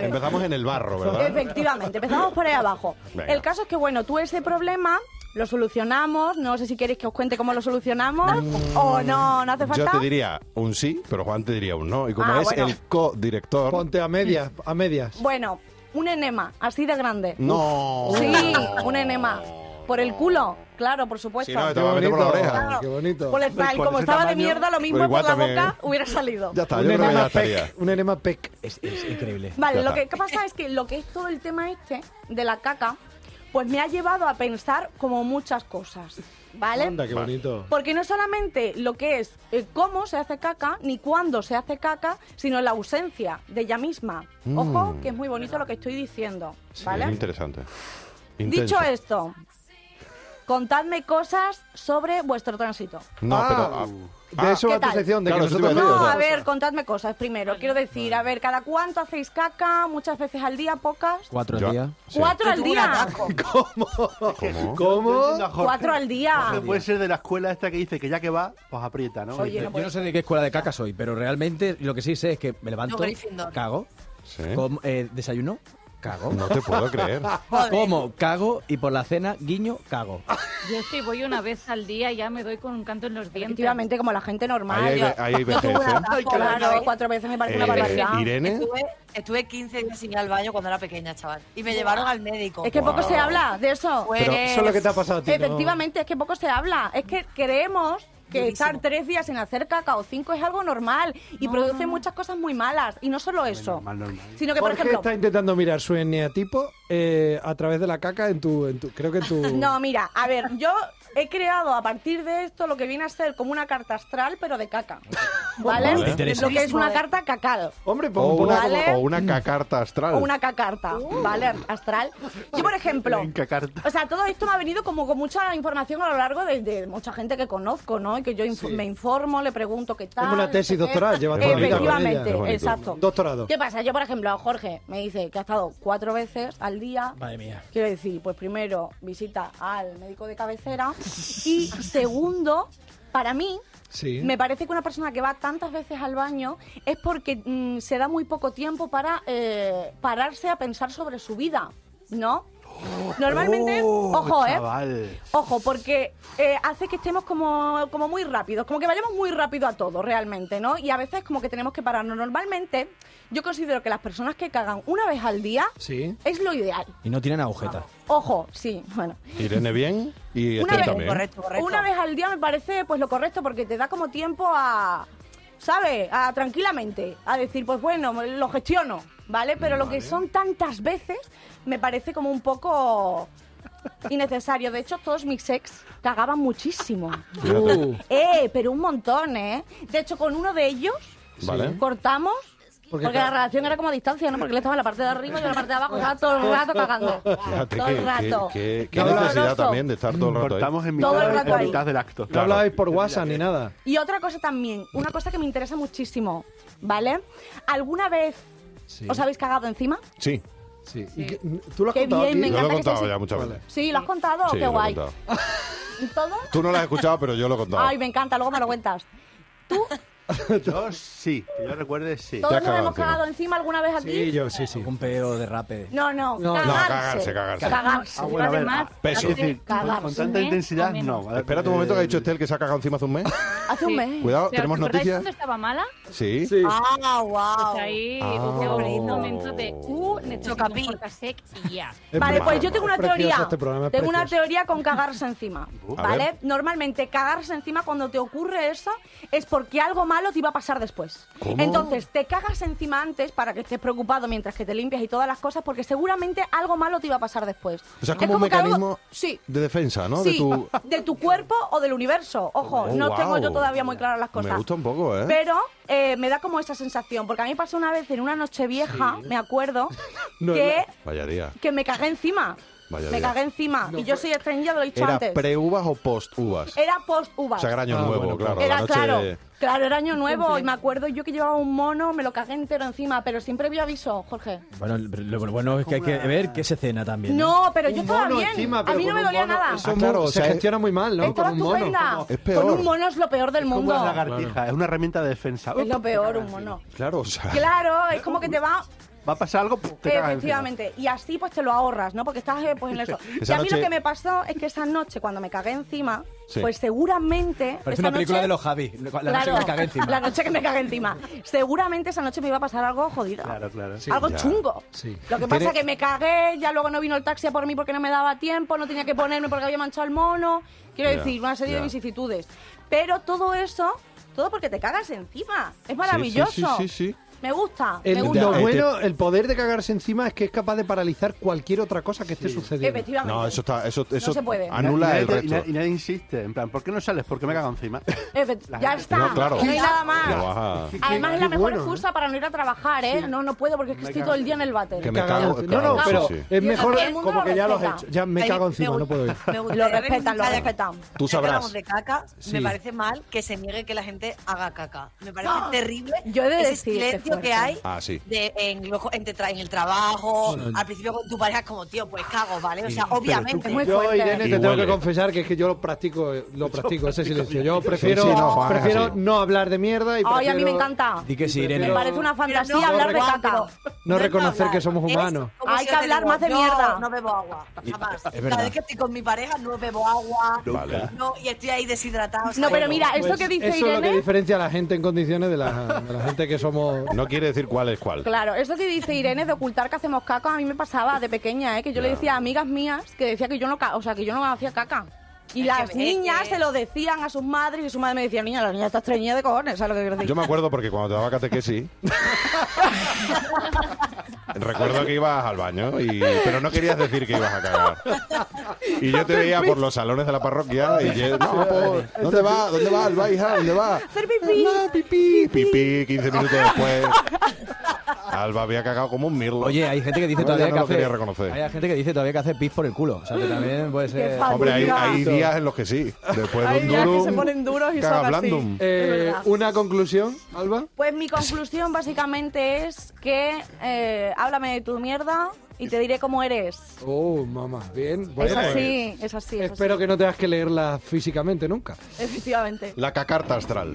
<laughs> Empezamos en el barro, ¿verdad?
<laughs> Efectivamente, empezamos por ahí abajo.
Venga.
El caso es que, bueno, tú ese problema lo solucionamos. No sé si queréis que os cuente cómo lo solucionamos o no, no hace
Mm. Yo
falta.
te diría un sí, pero Juan te diría un no. Y como
Ah,
es
bueno.
el co-director...
Ponte a medias, a medias.
Bueno, un enema, así de grande.
No.
Sí, un enema. Por el culo, claro, por supuesto.
Si no, te
Qué
va a meter por la
bonito.
oreja.
Claro.
Qué bonito.
Por el- tal
por
como
ese
estaba de
tamaño,
mierda, lo mismo
pero
por
igual
la
también,
boca
¿eh?
hubiera salido.
Ya está, yo
un,
creo que ya
enema
estaría.
pec, un enema pec.
Es, es increíble.
Vale,
Ya
lo
está.
que pasa es que lo que es todo el tema este de la caca, pues me ha llevado a pensar como muchas cosas, ¿vale?
Anda, qué bonito.
Porque no solamente lo que es eh, cómo se hace caca, ni cuándo se hace caca, sino la ausencia de ella misma. Ojo, que es muy bonito lo que estoy diciendo,
Mm. Sí,
¿vale?
es interesante. Intenso.
Dicho esto, contadme cosas sobre vuestro tránsito.
No,
Ah,
pero...
De eso
¿qué
va tu
tal?
sección, de
Claro,
que
eso te iba a
nosotros...
decir, o
No,
sea-
a ver, contadme cosas primero. Quiero decir, a ver, ¿cada cuánto hacéis caca? ¿Muchas veces al día? ¿Pocas?
Cuatro
Yo-
días.
sí.
¿Cuatro al
Tuve un
día?
atajo.
¿Cómo?
<laughs> ¿Cómo?
¿Cuatro al día?
Puede ser de la escuela esta que dice que ya que va, pues aprieta, ¿no?
Oye,
Yo
no
no sé de qué escuela de caca soy, pero realmente lo que sí sé es que me levanto,
No, Gryffindor.
cago,
Sí.
com- eh, desayuno, cago,
No te puedo
<laughs>
creer.
como, cago y por la cena guiño, cago.
Yo si voy una vez al día ya me doy con un canto en los dientes.
Efectivamente, como la gente normal.
Ahí hay,
Yo-
ve- ahí hay
yo tuve
vejez,
un
¿eh?
atajo, claro, cuatro veces me parece una
Eh,
barbaridad.
Irene,
Estuve, estuve 15 días sin ir al baño cuando era pequeña, chaval. Y me llevaron al médico.
Es que poco
Wow.
se habla de eso.
Pues-
Pero eso es lo que te ha pasado a ti, ¿no?
Efectivamente, es que poco se habla. Es que creemos que
Durísimo.
estar tres días sin hacer caca o cinco es algo normal y produce muchas cosas muy malas. Y no solo eso,
normal, normal.
sino que, por
Jorge
ejemplo...
está intentando mirar su eneatipo eh, a través de la caca en tu... En tu creo que en tu...
<laughs> No, mira, a ver, yo he creado a partir de esto lo que viene a ser como una carta astral, pero de caca. ¿Vale?
Vale.
Lo que es una carta cacal.
Hombre, pues, pon,
o
pon
una,
Vale.
o una cacarta astral.
O una cacarta, ¿vale? Astral. Yo, por ejemplo,
En cacarta.
o sea, todo esto me ha venido como con mucha información a lo largo de, de mucha gente que conozco, ¿no? Y que yo inf- me informo, le pregunto qué tal.
Como una tesis
no sé qué.
doctoral, lleva
toda la vida con ella. Qué
Efectivamente,
bonito.
exacto.
Doctorado.
¿Qué pasa? Yo, por ejemplo, a Jorge me dice que ha estado cuatro veces al día.
Madre mía.
Quiero decir, pues primero, visita al médico de cabecera. Y segundo, para mí,
Sí.
me parece que una persona que va tantas veces al baño es porque mm, se da muy poco tiempo para eh, pararse a pensar sobre su vida, ¿no?
Oh,
Normalmente, ojo, ¿eh?
Oh, Chaval.
Ojo, porque eh, hace que estemos como, como muy rápidos, como que vayamos muy rápido a todo realmente, ¿no? Y a veces como que tenemos que pararnos. Normalmente, yo considero que las personas que cagan una vez al día
Sí.
es lo ideal.
Y no tienen agujeta.
Ojo, sí, bueno.
Irene bien y
Una
Esther
vez-
también.
Correcto, correcto.
Una vez al día me parece pues lo correcto porque te da como tiempo a, ¿sabes? A tranquilamente, a decir, pues bueno, lo gestiono, ¿vale? Pero lo que son tantas veces me parece como un poco innecesario. De hecho, todos mis ex
<laughs>
cagaban muchísimo.
Uh,
Eh, pero un montón, ¿eh? De hecho, con uno de ellos
Vale.
cortamos
Porque
porque,
ca-
la relación era como a distancia, ¿no? Porque él estaba en la parte de arriba y yo en la parte de abajo, estaba todo el rato cagando.
Fíjate
todo
que,
el rato.
que- que- que
Doloroso.
necesidad también de estar todo el rato ahí.
Cortamos en
Todo el
mitad,
rato
en
ahí.
mitad del acto.
No hablabais por WhatsApp ni nada.
Y otra cosa también, una cosa que me interesa muchísimo, ¿vale? ¿Alguna vez
Sí.
os habéis cagado encima?
Sí,
Sí. ¿Y qué- ¿Tú lo has
Qué
contado
bien,
aquí?
me
yo lo he
encanta que
contado
seas-
ya muchas
Vale.
veces.
Sí, ¿lo has contado?
Sí,
Qué
lo he
guay.
contado.
¿Todo?
Tú no lo has escuchado, pero
<laughs>
yo lo he contado.
Ay, me encanta, luego me lo cuentas.
Yo sí, que yo recuerde sí.
¿Todos nos
cagado
hemos
encima.
cagado encima alguna vez aquí?
Sí, yo, sí, sí.
Un peo de rape.
No, no,
No. No,
cagarse.
cagarse, cagarse.
Cagarse.
Ah, bueno, a ver,
Además,
ah,
peso.
es decir, con-
Cagarse,
con tanta
¿eh?
intensidad,
Menos.
no. A ver,
Espera tu momento que ha dicho Estel que se ha cagado encima hace un mes.
Hace un
Sí.
mes.
Cuidado,
O sea,
tenemos
¿os acordáis
noticias.
cuando estaba mala?
Sí.
Sí.
Ah, wow.
Pues ahí
Ah.
hubo un momento de uh, necesito
Chocapí.
un portasec y ya.
Es
Vale, pues
precioso,
yo tengo una
es precioso
teoría.
este programa, es
tengo una
precioso.
teoría con cagarse encima.
<laughs> A
¿Vale?
ver.
Normalmente cagarse encima cuando te ocurre eso es porque algo malo te iba a pasar después.
¿Cómo?
Entonces te cagas encima antes para que estés preocupado mientras que te limpias y todas las cosas porque seguramente algo malo te iba a pasar después.
O sea, es como, un
que algo-
mecanismo
Sí.
de defensa, ¿no? De
sí, <laughs>
tu...
de tu cuerpo o del universo. Ojo,
Oh,
no
wow.
tengo yo todavía muy claras las cosas.
Me gusta un poco, ¿eh?
Pero eh, me da como esa sensación, porque a mí pasó una vez en una noche vieja,
<laughs>
me acuerdo,
No,
que,
Vaya día.
que me cagué encima.
Vaya
me
día.
cagué encima. y yo soy extraña, lo he dicho
¿Era
antes.
pre-uvas o post-uvas?
Era post-uvas.
O sea, era año
Ah,
nuevo,
bueno,
claro.
Era
la noche...
claro, claro, era año nuevo y me acuerdo yo que llevaba un mono, me lo cagué entero encima, pero siempre había aviso, Jorge.
Bueno, lo, lo bueno es que hay que ver qué se cena también.
No, pero yo
Un
estaba
mono
bien.
encima,
a
pero
mí no
con
me
un
dolía
mono,
nada.
eso
Ah,
mu-
claro, o
se
sea,
gestiona muy mal, ¿no?
Estaba
Con un mono.
estupenda.
Es peor.
Con un mono es lo peor del
Como una
mundo.
lagartija, es una herramienta de defensa.
Es lo
Uf,
peor, un mono.
<laughs>
Claro, o sea...
Claro, es como que te va
Va a pasar algo, puf, te cagas encima.
Efectivamente, y así pues te lo ahorras, ¿no? Porque estás eh, pues
<laughs>
en eso. y
Esa
a mí
noche-
lo que me pasó es que esa noche cuando me cagué encima,
Sí.
pues seguramente
Parece
esa
una película
noche-
de los Javi. La noche
Claro,
que me cagué encima.
La noche que me cagué encima. Seguramente esa noche me iba a pasar algo jodido.
Claro, claro.
algo
ya.
chungo.
Sí.
Lo que pasa es que me cagué, ya luego no vino el taxi a por mí porque no me daba tiempo, no tenía que ponerme porque había manchado el mono. Quiero
Ya,
decir, una serie
ya.
de vicisitudes. Pero todo eso, todo porque te cagas encima. Es maravilloso.
sí, sí.
Me gusta.
El-
me gusta.
lo
Ya, eh,
bueno, el poder de cagarse encima es que es capaz de paralizar cualquier otra cosa que esté sucediendo.
Efectivamente.
No, eso está... Eso, eso
se puede.
Y
Anula
nadie
el
te- y na-
resto.
Y nadie insiste, en plan, ¿por qué no sales? Porque me cago encima.
Efe-
La
ya
gente-
está.
No,
No,
claro.
hay nada más.
Lo vas a-
Además es la
Qué
mejor
bueno, ¿eh?
excusa para no ir a trabajar, ¿eh? No, no puedo porque es que estoy todo el día en el váter.
Que me
Cagar-
cago-
no, no,
cago,
pero
sí, sí.
es
Y
mejor
el mundo
como
lo
que ya lo has
respeta.
hecho. Ya me
Ahí-
cago encima,
gu-
no puedo ir.
Me gusta.
Lo respetan, lo
Calla.
respetan.
Tú
Ya que hablamos
sabrás.
de caca,
Sí.
me parece mal que se niegue que la gente haga caca. Me parece terrible
¡Ah! Yo he de
ese
decir, qué
silencio
fuerte.
que hay
Ah, sí.
de, en, lo- en te tra- en el trabajo. Al principio con tu pareja es como, tío, pues cago, ¿vale? O sea, obviamente.
muy
Yo,
fuerte.
Irene, te
Y
tengo
huele.
que confesar que es que yo lo practico, eh,
<laughs>
lo practico, ese silencio. Yo prefiero,
sí, no, Juan,
prefiero
sí.
no hablar de mierda y
Ay,
prefiero
a mí me encanta.
Di que sí,
Me
Irene.
prefiero-
parece una
Pero
fantasía
no-
hablar de
no,
caca.
pero-
no
es
reconocer
hablar,
que somos
es
humanos.
como
Hay que
si yo te
hablar
digo,
más de
"No,
mierda".
No bebo agua, jamás.
verdad.
Cada vez que estoy con mi pareja no bebo agua.
Vale.
No, y estoy ahí deshidratado. o sea,
No, pero
no.
mira, eso
Pues
que dice
eso es lo que
Irene...
diferencia a la gente en condiciones de la, de la gente que
<laughs>
somos.
No quiere decir cuál es cuál.
Claro, eso que dice Irene de ocultar que hacemos caca, a mí me pasaba de pequeña, ¿eh? que yo le decía a amigas mías que decía que yo no, ca- o sea, que yo no hacía caca. Y
Es
las
que-
niñas
es que-
se lo decían a sus madres y su madre me decía, niña, la niña está estreñida de cojones, ¿sabes lo que quiero decir?
Yo me acuerdo porque cuando te daba
<laughs>
catequesis. recuerdo que ibas al baño, y, pero no querías decir que ibas a cagar. Y yo te veía por los salones de la parroquia y yo, no, por- ¿dónde va? ¿Dónde va el hija? ¿Dónde va?
Hacer pipí.
Ah, pipí, pipí, 15 minutos después. Alba había cagado como un mirlo.
Oye, hay gente que dice
No,
todavía
ya no
que
lo
hace.
quería reconocer.
Hay gente que dice todavía que hace pis por el culo. O sea, que también puede ser.
fácil.
Hombre, hay,
Mira.
hay días en los que sí. Después de
Hay
un
días que
duro.
se ponen duros y
caga
son así.
blandum.
Eh,
verdad.
una conclusión, Alba.
Pues mi conclusión básicamente es que eh, háblame de tu mierda y te diré cómo eres.
Oh, mamá, bien.
es
Bueno, eh,
así, es así. es
espero que no tengas que leerla físicamente nunca.
así. Efectivamente.
La cacarta astral.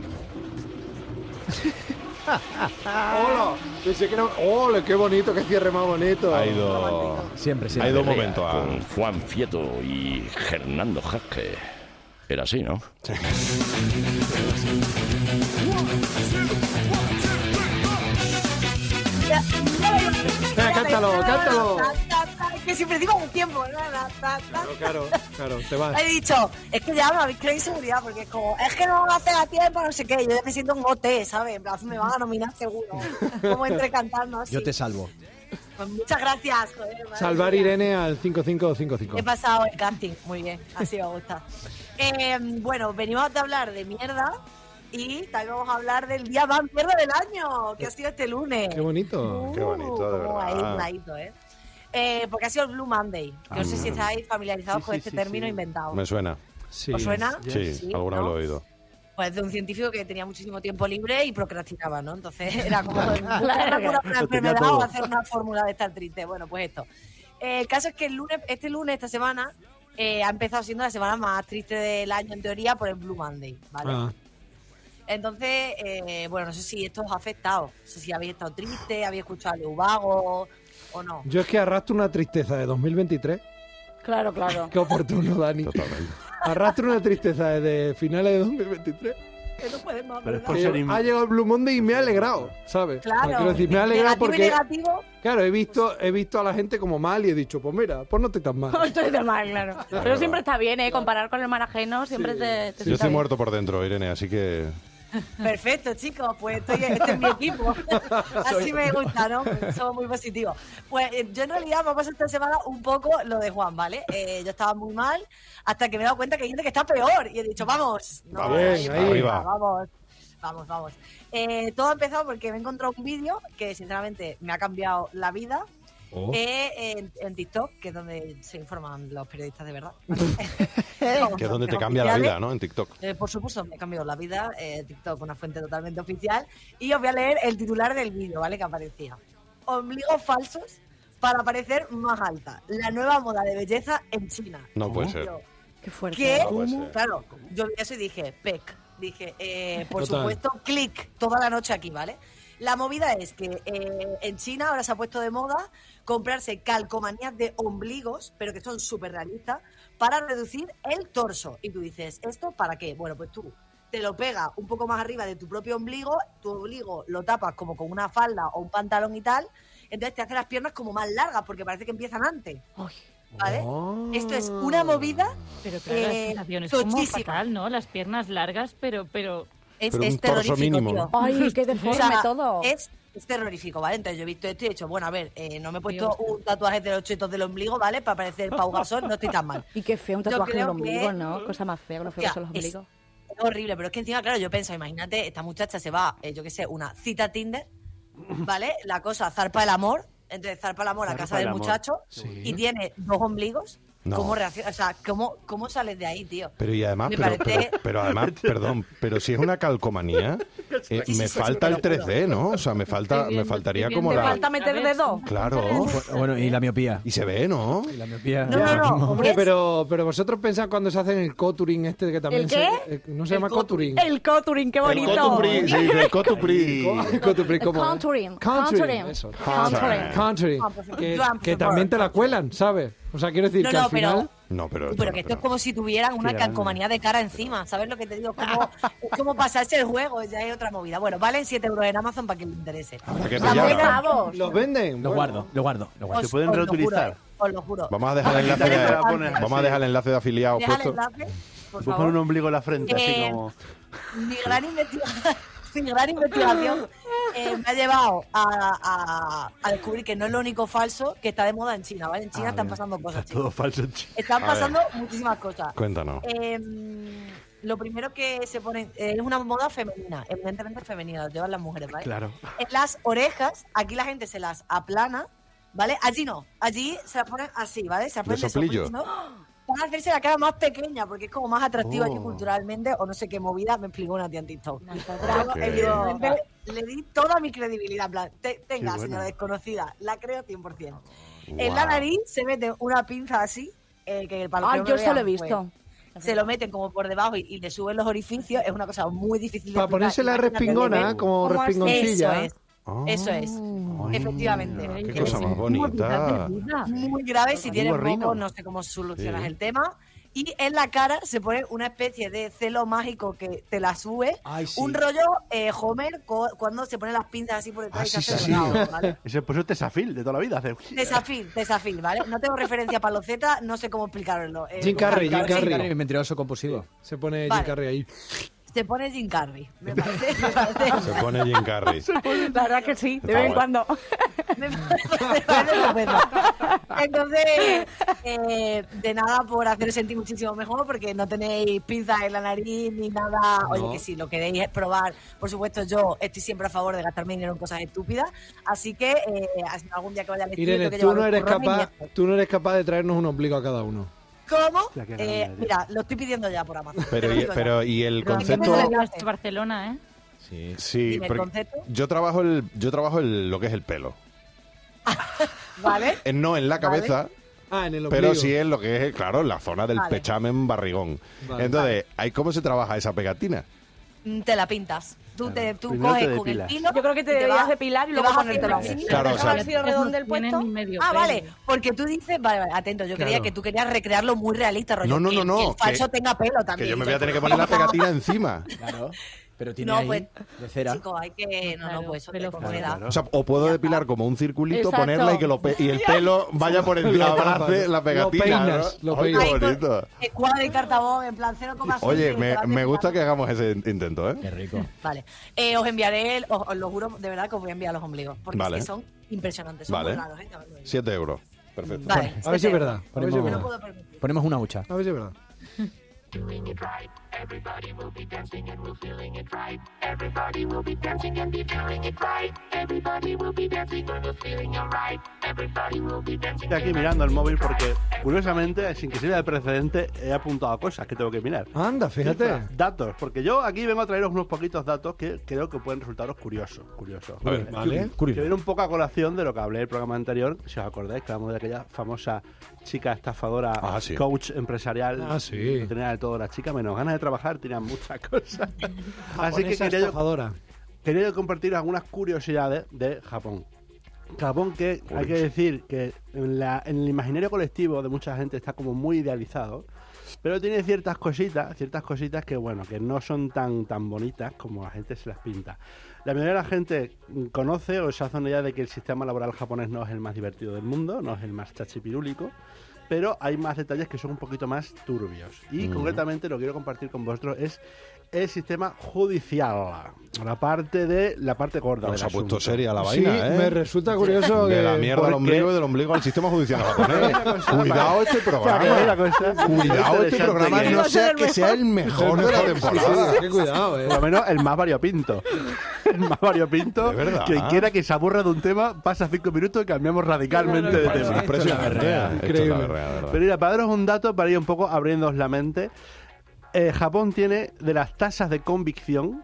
¡Hola! Pensé que era- ¡Ole, qué bonito, qué cierre más bonito!
Ha ido.
Siempre,
Ha
siempre.
ido un
Berrea
momento a.
Con Juan Fieto y Hernando Jasque. Era así, ¿no?
Ya, ya lo digo.
Venga, cántalo, cántalo.
Ta, ta, ta, Que siempre digo un tiempo, ¿no? Ta, ta, ta.
Claro, claro, te vas.
He dicho, es que ya me habéis creído inseguridad, porque es como, es que no lo hace a tiempo, no sé qué. Yo ya me siento un gote, ¿sabes? En plan, me van a nominar
<laughs>
seguro. Como entre cantando así.
Yo te salvo.
Pues muchas gracias, joder. madre
Salvar
mía.
Irene al 5555.
He pasado el casting, muy bien, así me gusta. Eh, bueno, venimos a hablar de mierda y también vamos a hablar del día más mierda del año, que ha sido este lunes. Uh,
Qué
Uh,
bonito.
Qué bonito, de
como
verdad.
ahí, bladito, ¿eh? Eh, porque ha sido el Blue Monday. Yo no sé si estáis familiarizados
Sí,
con
sí,
este
sí,
término
sí.
inventado.
Me suena.
Sí.
¿Os suena?
Sí, alguna
¿no?
vez lo he oído.
Pues de un científico que tenía muchísimo tiempo libre y procrastinaba, ¿no? Entonces era como buscar una
Lo
cura para una
tenía
enfermedad
todo.
o hacer una fórmula de estar triste. Bueno, pues esto. Eh, el caso es que el lunes, este lunes, esta semana, eh, ha empezado siendo la semana más triste del año en teoría por el Blue Monday, ¿vale?
Ah,
Entonces, eh, bueno, no sé si esto os ha afectado. No sé si habéis estado triste, habéis escuchado a Leo Vago o no.
yo es que arrastro una tristeza de 2023.
Claro, claro.
Qué oportuno, Dani.
Totalmente.
Arrastro una tristeza desde finales de 2023.
Que no puedes más,
Pero es
¿verdad?
por
Que
ser in-
Eh, ha llegado el Blue Monday y me ha alegrado, ¿sabes?
Claro.
Quiero decir, me ha alegrado
negativo y
porque,
negativo.
claro, he visto, he visto a la gente como mal y he dicho, pues mira, pues no te tan
<laughs>
<laughs>
mal.
Estoy de mal, claro. Pero siempre está bien, ¿eh? Comparar con el mar ajeno siempre te,
Yo
te está
estoy
bien.
muerto por dentro, Irene, así que.
Perfecto, chicos, pues estoy, este es mi equipo. Así me gusta, ¿no? Somos muy positivos. Pues eh, yo en realidad me ha pasado esta semana un poco lo de Juan, ¿vale? Eh, yo estaba muy mal hasta que me he dado cuenta que hay gente que está peor y he dicho, vamos, no,
Vamos,
ahí,
arriba.
vamos, vamos, vamos. Eh, todo ha empezado porque me he encontrado un vídeo que sinceramente me ha cambiado la vida.
Oh.
eh, en, en TikTok, que es donde se informan los periodistas
<laughs>
de verdad.
Que es donde te cambia la vida, ¿no? En TikTok.
Eh, por supuesto, me cambió la vida. eh, TikTok, una fuente totalmente oficial. Y os voy a leer el titular del vídeo, ¿vale? Que aparecía. Ombligos falsos para parecer más alta. La nueva moda de belleza en China.
No puede ser.
Yo,
Qué fuerte.
¿Qué?
No puede ser.
Claro, yo vi eso y dije, PEC. Dije, eh, por
Total.
supuesto, clic, toda la noche aquí, ¿vale? La movida es que eh, en China ahora se ha puesto de moda comprarse calcomanías de ombligos, pero que son súper realistas, para reducir el torso. Y tú dices, ¿esto para qué? Bueno, pues tú te lo pegas un poco más arriba de tu propio ombligo, tu ombligo lo tapas como con una falda o un pantalón y tal, entonces te hace las piernas como más largas porque parece que empiezan antes,
Ay,
¿vale?
Ah.
Esto es una movida
Pero claro, la
Eh,
sensación es como
tochísima.
fatal, ¿no? Las piernas largas, pero, pero
Es,
Pero
es
un torso
terrorífico,
mínimo,
tío.
¿no?
Ay, qué
O
deforme
sea,
todo.
Es, es terrorífico, ¿vale? Entonces yo he visto esto y he dicho, bueno, a ver, eh, no me he puesto
Dios.
un tatuaje de los chetos del ombligo, ¿vale? Para parecer Pau Gasol, no estoy tan mal.
Y qué feo un
Yo
tatuaje en el
creo
ombligo,
que-
¿no? Cosa más fea, lo feo que
Hostia,
son los
es-
ombligos.
Es horrible, pero es que encima, claro, yo pienso, imagínate, esta muchacha se va, eh, yo qué sé, una cita a Tinder, ¿vale? La cosa zarpa el amor, entonces zarpa el amor a
Zarpa
casa del
el amor.
muchacho y tiene dos ombligos.
No.
¿Cómo reacciona? O sea, ¿cómo, ¿cómo sales de ahí, tío?
Pero y además,
Me
pero,
parece-
pero- pero
<laughs>
además, perdón, pero si es una calcomanía, eh,
Sí, sí,
me
sí,
falta
sí,
el 3D, ¿no? O sea, me falta,
estoy
me
viendo,
faltaría
estoy
como
viendo.
¿Te
Hola.
falta
la.
meter
A ver,
dedo?
Claro.
Bueno, y la miopía.
Y se ve, ¿no?
La miopía.
No, no, no.
Hombre,
¿ves?
pero, pero vosotros pensás cuando se hacen el coturing este que también
¿El
se-
qué?
eh, no se llama coturing.
El coturing, qué bonito.
Cotumpri, sí, el Cotumpri.
Oh, El coturing, ¿cómo es?
Contouring.
Contouring.
Contouring.
eso.
Contouring.
Country,
Ah, pues,
que,
Joan, por
que
favor.
también te la cuelan, ¿sabes? O sea, quiero decir
No,
que
no,
al
pero-
final...
No, pero.
Pero que esto es como si tuvieran una calcomanía de cara encima, ¿sabes lo que te digo? Como, es como pasarse el juego, ya es otra movida. Bueno, valen 7 euros en Amazon para que le interese.
Habrá que
Vamos,
pillarla.
vamos.
¿Los venden?
Lo
Bueno.
guardo, lo guardo, lo guardo.
Se pueden
lo juro,
reutilizar.
eh, os lo juro.
Vamos a dejar el enlace
Quítale
de,
para poner así.
vamos a dejar el enlace de afiliados
Deja el
puesto.
enlace, por
Voy a poner un
favor.
ombligo en la frente, así
Eh,
como.
Mi gran, investiga- <laughs> mi gran investigación eh, me ha llevado a, a- a descubrir que no es lo único falso que está de moda en China, ¿vale? En China están pasando cosas, chicos.
Todo falso, chico.
Están
A
pasando muchísimas cosas.
Cuéntanos.
Eh, lo primero que se pone eh, es una moda femenina, evidentemente femenina, lo llevan las mujeres, ¿vale?
Claro.
En las orejas, aquí la gente se las aplana, ¿vale? Allí no, allí se las ponen así, ¿vale? Se las
De
ponen de
soplillo.
soplillo. Van a hacerse la cara más pequeña porque es como más atractiva
Oh.
allí culturalmente o no sé qué movida, me explicó una tía en TikTok. Luego,
Ok.
evidentemente, le di toda mi credibilidad, en plan, te- tenga,
bueno.
señora desconocida, la creo 100%. En
Guau.
la nariz se mete una pinza así, eh, que para los
Ay,
que no
yo
me
eso lo he
vean, pues,
visto.
se lo meten como por debajo y, y le suben los orificios, es una cosa muy difícil de
Para
explicar.
ponerse la
Imagínate el
respingona,
nivel.
como
¿Cómo haces?
Eso
respingoncilla.
es. Eso es. Efectivamente.
Qué
Qué
cosa más bonita.
muy grave si tienes
gorrino.
moco, no sé cómo solucionas
Sí.
el tema. Y en la cara se pone una especie de celo mágico que te la sube.
Ay, sí.
Un rollo eh, Homer co- cuando se pone las pinzas así por detrás
Ah,
y se
sí,
hace
sí,
dorado,
sí.
¿vale?
Ese pues es tesafil de toda la vida. hace-
Desafío, desafío, ¿vale? No tengo referencia para los Z, no sé cómo explicarlo. Eh,
Jim Carrey, Jim
buscadlo,
Carrey.
Es mentiroso compulsivo.
Se pone Jim
Vale.
Carrey ahí.
Se pone Jim Carrey. Me parece, me parece,
Se pone Jim
<laughs>
Carrey.
La verdad que sí, de
Está
vez en
bueno.
cuando.
me parece estupendo. Entonces, eh, de nada por hacer sentir muchísimo mejor, porque no tenéis pinzas en la nariz ni nada. Oye, que si lo queréis probar, por supuesto, yo estoy siempre a favor de gastarme dinero en cosas estúpidas. Así que, eh, algún día que vaya al estudio, tengo
Irene,
que
tú
llevar
no
un
eres
currón y
capaz,
esto.
tú no eres capaz de traernos un ombligo a cada uno.
¿Cómo?
Hostia, qué
Eh,
grande.
mira, lo estoy pidiendo ya por Amazon.
Pero,
te lo
y,
digo ya.
pero, y el
Pero aquí
concepto.
me
Todo
la-
Lost Barcelona, ¿eh?
Sí,
Dime,
porque
¿concepto?
yo trabajo el, yo trabajo el, lo que es el pelo.
¿Vale?
Eh, No en la
Vale.
cabeza,
Ah, en el ombligo.
pero sí en lo que es, claro, la zona del
Vale.
pechamen barrigón.
Vale.
Entonces, ¿hay ¿cómo se trabaja esa pegatina?
Mm, te la pintas. Tú, te, tú
Primero
coges
te
con el
depilas.
pino.
Yo creo que te
y
deberías
vas-
depilar y
te
luego
vas
ponértelo
haciendo
así.
Claro, o
Dejas
sea-
así alrededor del
Tienes
puesto.
ni medio
Ah,
pelo.
vale, porque tú dices, vale, vale, atento, yo
Claro.
creía que tú querías recrearlo muy realista, rollo.
No, no,
que-
no, no,
Que el falso
que-
tenga pelo también.
Que yo me voy a tener que poner la
<laughs>
pegatina encima.
Claro. Pero tiene
No,
ahí
pues,
de cera.
Chico, hay que. No, no,
Claro,
pues eso te
pelo
como
fino.
edad.
O sea, o puedo depilar como un circulito,
Exacto.
ponerla y que lo pe- y el pelo vaya por
Lo
el abrace
tapas,
la
lo
pegatina. ¿no?
peinas, lo
Ay, qué
peinas.
Ay, con-
bonito.
El cuadro de cartabón en plan 0,5.
Oye,
que
me,
te vas
me gusta que
depilando.
hagamos ese in- intento, ¿eh?
Qué rico.
Vale, Eh, os enviaré, el- os, os lo juro, de verdad que os voy a enviar los ombligos, porque
Vale.
es que son impresionantes, son
Vale.
muy raros, ¿eh? Ya os lo digo.
7 euros. Perfecto.
Vale,
A ver si es verdad. A ver si es
Me lo
verdad.
puedo permitir.
Ponemos una hucha.
A ver si es verdad.
Estoy aquí mirando el móvil porque, curiosamente, sin que sirva de precedente, he apuntado cosas que tengo que mirar.
Ah,
Anda, fíjate.
Cifras, Datos, porque yo aquí vengo a traeros unos poquitos datos que creo que pueden resultaros curiosos. Curiosos.
A ver,
Vale.
Que viene un poco a colación de lo que hablé en el programa anterior, si os acordáis, que hablamos de aquella famosa chica estafadora,
Ah, sí.
coach empresarial.
Ah, sí.
que Tenía de todo la chica, menos ganas de trabajar, tenía muchas <laughs> cosas.
Ah,
Así que
Japonesa
quería yo,
estafadora.
quería compartir algunas curiosidades de Japón. Japón que hay que decir que en, la- en el imaginario colectivo de mucha gente está como muy idealizado, pero tiene ciertas cositas, ciertas cositas que bueno, que no son tan tan bonitas como la gente se las pinta. La mayoría de la gente mm, conoce o se hace una idea de que el sistema laboral japonés no es el más divertido del mundo, no es el más chachipirúlico, pero hay más detalles que son un poquito más turbios. Y concretamente lo que quiero compartir con vosotros es el sistema judicial, la parte de la parte gorda
Nos
del
ha puesto
asunto.
seria la
Sí,
vaina, ¿eh?
me resulta curioso que.
De la mierda al
porque-
ombligo y del ombligo al sistema
<laughs>
judicial japonés. Cuidado este
Espera,
programa.
que hay <laughs> una cosa
Cuidado
interesante
este programa.
que-
No
es.
sea que sea el
Por
mejor de la temporada.
qué cuidado, eh.
Por lo menos el más variopinto. El más variopinto.
De verdad.
Quien quiera que se aburra de un tema, pasa cinco minutos y cambiamos radicalmente de
Parece
tema.
Impresionante. Esto es la
Increíble.
berrea, de verdad.
Pero mira, para daros un dato, para ir un poco abriéndoos la mente, eh, Japón tiene de las tasas de convicción,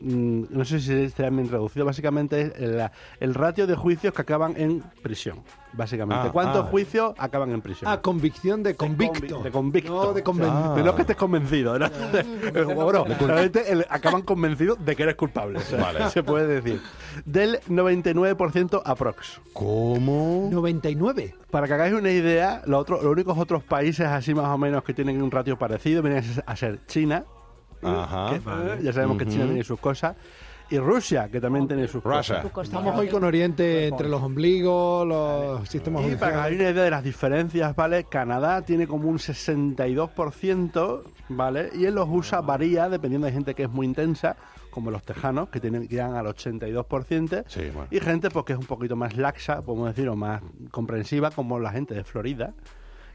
mm, no sé si estará bien traducido, básicamente es el, el ratio de juicios que acaban en prisión, básicamente.
Ah,
¿Cuántos
ah.
juicios acaban en prisión?
Ah, convicción de convicto.
convi- de convicto.
No, de convicto.
Ah.
De no que estés convencido. ¿no? <laughs> Eh, bueno, realmente el- acaban convencidos de que eres culpable. o sea, <laughs>
Vale.
Se puede decir. Del 99% aprox.
¿Cómo?
99.
Para que hagáis una idea, los, otros- los únicos otros países así más o menos que tienen un ratio parecido vienen a ser China.
Ajá.
que, eh, Ya sabemos que China tiene sus cosas. Y Rusia, que también tiene sus
Russia.
cosas.
Estamos hoy con Oriente entre los ombligos, los sistemas
Y para que
judiciales.
hagáis una idea de las diferencias, ¿vale? Canadá tiene como un 62%, ¿vale? Y en los USA varía dependiendo de gente que es muy intensa, como los tejanos, que tienen, llegan al 82%.
Sí, bueno.
Y gente pues, que es un poquito más laxa, podemos decir, o más comprensiva, como la gente de Florida,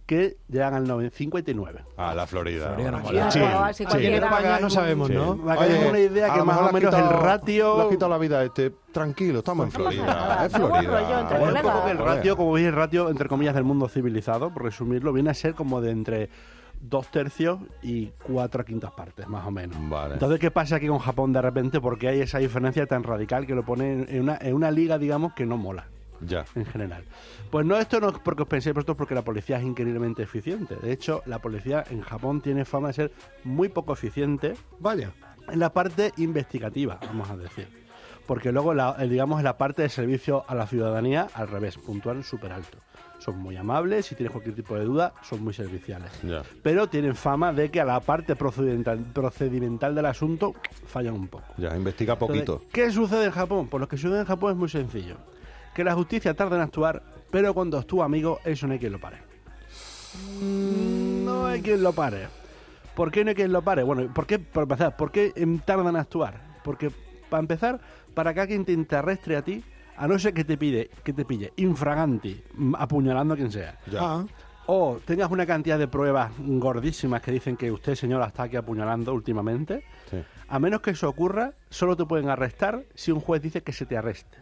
que llegan al 9- 59%.
A la Florida.
Florida no
Sí,
mola.
sí.
Chaval, si
Sí, que
cualquiera-
no pagan, no sabemos,
Sí.
¿no?
Para que hagáis una idea
a
que
lo
más o
le has
menos el
quitado-
ratio-
Le has quitado la vida a este. Tranquilo, estamos en Florida.
nada,
Es
qué buen
Florida.
rollo entre
Bueno,
colegas.
poco
Porque el ratio, Ah, como veis, el ratio, entre comillas, del mundo civilizado, por resumirlo, viene a ser como de entre dos tercios y cuatro quintas partes, más o menos.
Vale.
Entonces, ¿qué pasa aquí con Japón de repente? Porque hay esa diferencia tan radical que lo pone en una, en una liga, digamos, que no mola.
Ya.
en general. Pues no, esto no es porque os penséis vosotros, porque la policía es increíblemente eficiente. De hecho, la policía en Japón tiene fama de ser muy poco eficiente
Vaya.
en la parte investigativa, vamos a decir. Porque luego, la, eh, digamos, en la parte de servicio a la ciudadanía, al revés, puntúan súper alto. Son muy amables, si tienes cualquier tipo de duda, son muy serviciales.
Ya.
Pero tienen fama de que a la parte procedimental, procedimental del asunto fallan un poco.
Ya, investiga poquito.
Entonces, ¿Qué sucede en Japón? Pues lo que sucede en Japón es muy sencillo. Que la justicia tarda en actuar, pero cuando actúa, amigo, eso no hay quien lo pare. No hay quien lo pare. ¿Por qué no hay quien lo pare? Bueno, ¿por qué, para empezar, ¿por qué em, tardan en actuar? Porque, para empezar, para que alguien te interrestre a ti, a no ser que te pide, que te pille infraganti, mm, apuñalando a quien sea,
Ya.
Ah,
o tengas una cantidad de pruebas gordísimas que dicen que usted, señor, está aquí apuñalando últimamente,
Sí.
a menos que eso ocurra, solo te pueden arrestar si un juez dice que se te arreste.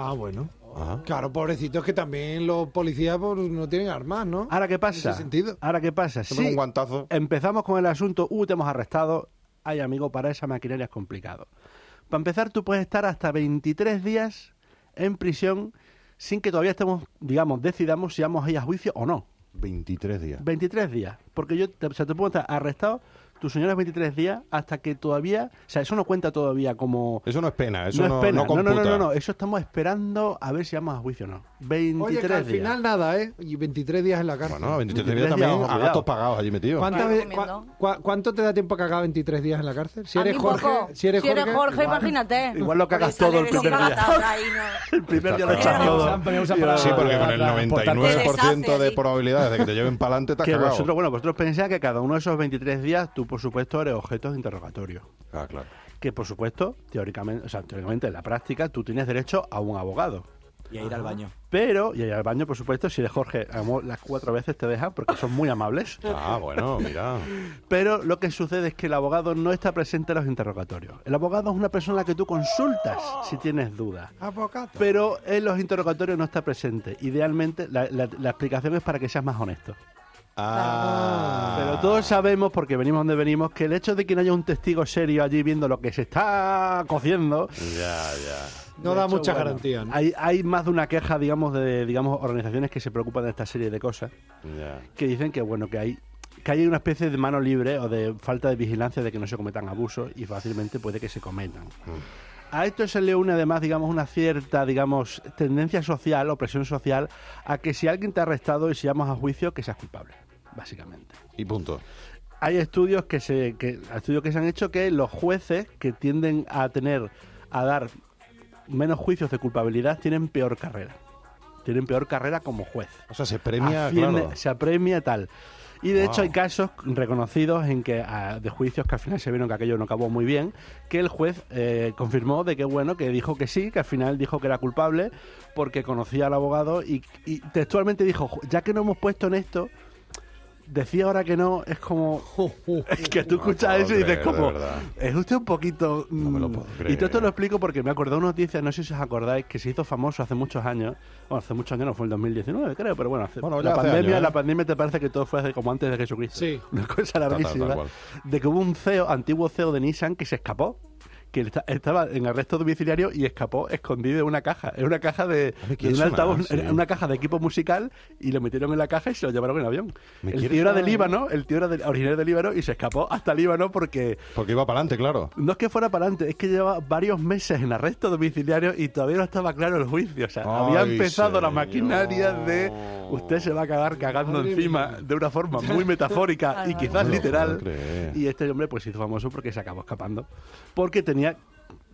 ah, bueno.
Ajá.
Claro, pobrecitos que también los policías pues, no tienen armas, ¿no?
Ahora qué pasa?
En ese sentido.
Ahora qué pasa?
Hacemos
Sí, Eh.
un guantazo.
empezamos con el asunto, uh, te hemos arrestado. Ay, amigo, para esa maquinaria es complicado. Para empezar, tú puedes estar hasta 23 días en prisión sin que todavía estemos, digamos, decidamos si vamos a ir a juicio o no.
23 días.
23 días. Porque yo, te, o sea, te puedo estar arrestado, tu señora es 23 días, hasta que todavía, o sea, eso no cuenta todavía como...
Eso no es pena, eso
no
no,
es pena.
no
No, no, no, no,
computa.
no, eso estamos esperando a ver si vamos a juicio o no. 23
Oye, que al
días.
final nada, ¿eh? Y 23 días en la cárcel.
Bueno, 23
23
días
días,
también
ojo,
a
cuidado.
gastos pagados allí metidos.
¿Cuántas
Ay,
veces-
lo recomiendo.
cua- cua- ¿Cuánto te da tiempo que caga 23 días en la cárcel? Si
A mí
eres Jorge,
poco.
si eres Jorge,
imagínate.
Igual lo cagas
Porque sale
todo el
recién
primer día.
agotado, ahí
<laughs>
no.
El primer día lo
Está
echas
claro.
todo.
Sí, porque con el
Te
99%
deshace
de
allí.
probabilidades de que te lleven para adelante, estás
Que
cagado.
vosotros, bueno, vosotros pensáis que cada uno de esos 23 días, tú por supuesto eres objeto de interrogatorio.
Ah, claro.
Que por supuesto, teóricamente, o sea, teóricamente en la práctica, tú tienes derecho a un abogado.
Y a ir al baño.
Pero, y ahí al baño, por supuesto, si eres Jorge, a lo mejor las cuatro veces te dejan porque son muy amables.
Ah, bueno, mira.
Pero lo que sucede es que el abogado no está presente en los interrogatorios. El abogado es una persona a la que tú consultas si tienes dudas.
Apocato.
Pero en los interrogatorios no está presente. Idealmente, la, la- la explicación es para que seas más honesto.
Ah.
Pero todos sabemos, porque venimos donde venimos, que el hecho de que no haya un testigo serio allí viendo lo que se está cociendo,
Ya, ya.
No
de
da
hecho,
mucha
bueno,
garantía, ¿no?
Hay, hay más de una queja, digamos, de digamos organizaciones que se preocupan de esta serie de cosas,
Ya.
que dicen que bueno que hay que hay una especie de mano libre o de falta de vigilancia de que no se cometan abusos y fácilmente puede que se cometan. A esto se le une además, digamos, una cierta, digamos, tendencia social o presión social a que si alguien te ha arrestado y si vamos a juicio, que seas culpable, básicamente.
Y punto.
Hay estudios que se, que, estudios que se han hecho que los jueces que tienden a tener, a dar menos juicios de culpabilidad, tienen peor carrera. Tienen peor carrera como juez.
O sea, se premia,
Asciende-
claro.
Se apremia tal. Y de
Wow.
hecho hay casos reconocidos en que ah, de juicios que al final se vieron que aquello no acabó muy bien, que el juez eh, confirmó de que bueno, que dijo que sí, que al final dijo que era culpable porque conocía al abogado y, y textualmente dijo, "Jo, ya que no hemos puesto en esto, decía ahora que no, es
<laughs>
como es que tú
No me
escuchas
puedo
eso y dices
creer, de
como
verdad.
es usted un poquito
No me lo
mm".
puedo
y todo esto
creer.
lo explico porque me acordé de una noticia no sé si os acordáis que se hizo famoso hace muchos años bueno hace muchos años no fue el 2019 creo pero bueno, hace-
Bueno, ya
la
hace
pandemia
años, ¿eh?
la pandemia te parece que todo fue hace- como antes de Jesucristo
Sí.
<laughs> una cosa
tal,
larguísima
tal cual.
de que hubo un CEO antiguo CEO de Nissan que se escapó que esta- estaba en arresto domiciliario y escapó escondido en una caja. En una caja de,
me
de
quiere
un
sonar,
altavoz,
sí.
en una caja de equipo musical y lo metieron en la caja y se lo llevaron en avión.
Me
El
quiere
tío era de
sonar, ¿eh?
Líbano, el tío era de- originario de Líbano y se escapó hasta Líbano porque
Porque iba para adelante, claro.
no es que fuera para adelante, es que llevaba varios meses en arresto domiciliario y todavía no estaba claro el juicio. O sea, había
Ay,
empezado la
señor.
maquinaria de usted se va a cagar cagando encima de una forma muy metafórica y quizás
No lo
literal.
puedo creer.
Y este hombre pues se hizo famoso porque se acabó escapando. Porque tenía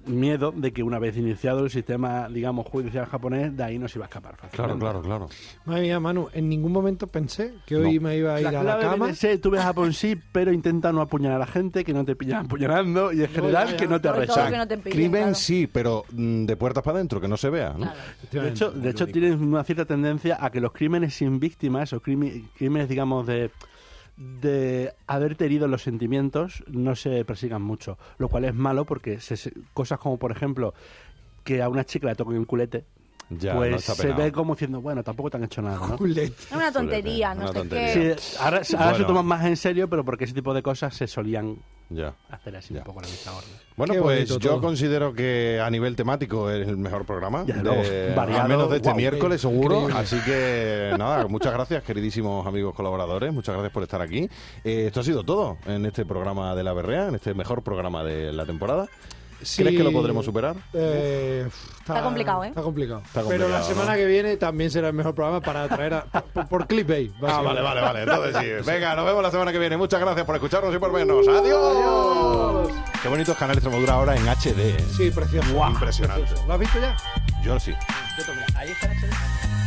miedo de que una vez iniciado el sistema, digamos, judicial japonés, de ahí no se iba a escapar.
Claro,
fácilmente.
claro, claro.
Madre mía, Manu, en ningún momento pensé que hoy me iba a ir
La
a la
clave
cama.
viene de ser, tú ves a Japón sí, pero intenta no apuñalar a la gente, que no te pillan apuñalando y en general
ya,
que
ya.
no te
Sobre
arrechan.
todo que no te pillen,
Crimen
claro.
sí, pero mm, de puertas para adentro, que no se vea, ¿no?
De hecho, de hecho tienen una cierta tendencia a que los crímenes sin víctimas o crimi- crímenes, digamos, de, de haberte herido en los sentimientos no se persigan mucho, lo cual es malo porque se- se- cosas como, por ejemplo, que a una chica le toquen el culete,
Ya,
pues
no está
se
penado.
ve como diciendo, bueno, tampoco te han hecho nada, ¿no?
Culete.
Es una tontería,
Una
no sé
tontería.
qué.
Sí, ahora ahora se
Bueno.
toman más en serio, pero porque ese tipo de cosas se solían
Ya.
Hacer así
Ya.
un poco la vista gorda.
Bueno,
Qué
pues
bonito
yo
todo.
considero que a nivel temático es el mejor programa.
Ya,
de-
luego, variado,
al menos de este
guau,
miércoles,
qué
seguro.
increíble.
Así que nada, muchas gracias, queridísimos amigos colaboradores. Muchas gracias por estar aquí. Eh, esto ha sido todo en este programa de La Berrea, en este mejor programa de la temporada. ¿Crees que lo podremos superar?
Eh, pff, está,
complicado, ¿eh?
Está complicado.
Está
Pero la
complicado,
semana
¿no?
que viene también será el mejor programa para traer a, por, por clickbait.
Ah,
básicamente.
vale, vale, vale. Entonces <laughs> sí. Venga, nos vemos la semana que viene. Muchas gracias por escucharnos y por vernos. ¡Adiós! Qué bonito es Canal Extremadura ahora en HD. ¿eh?
Sí, precioso.
Impresionante.
Precioso. ¿Lo has visto ya?
Yo sí.
Ahí está el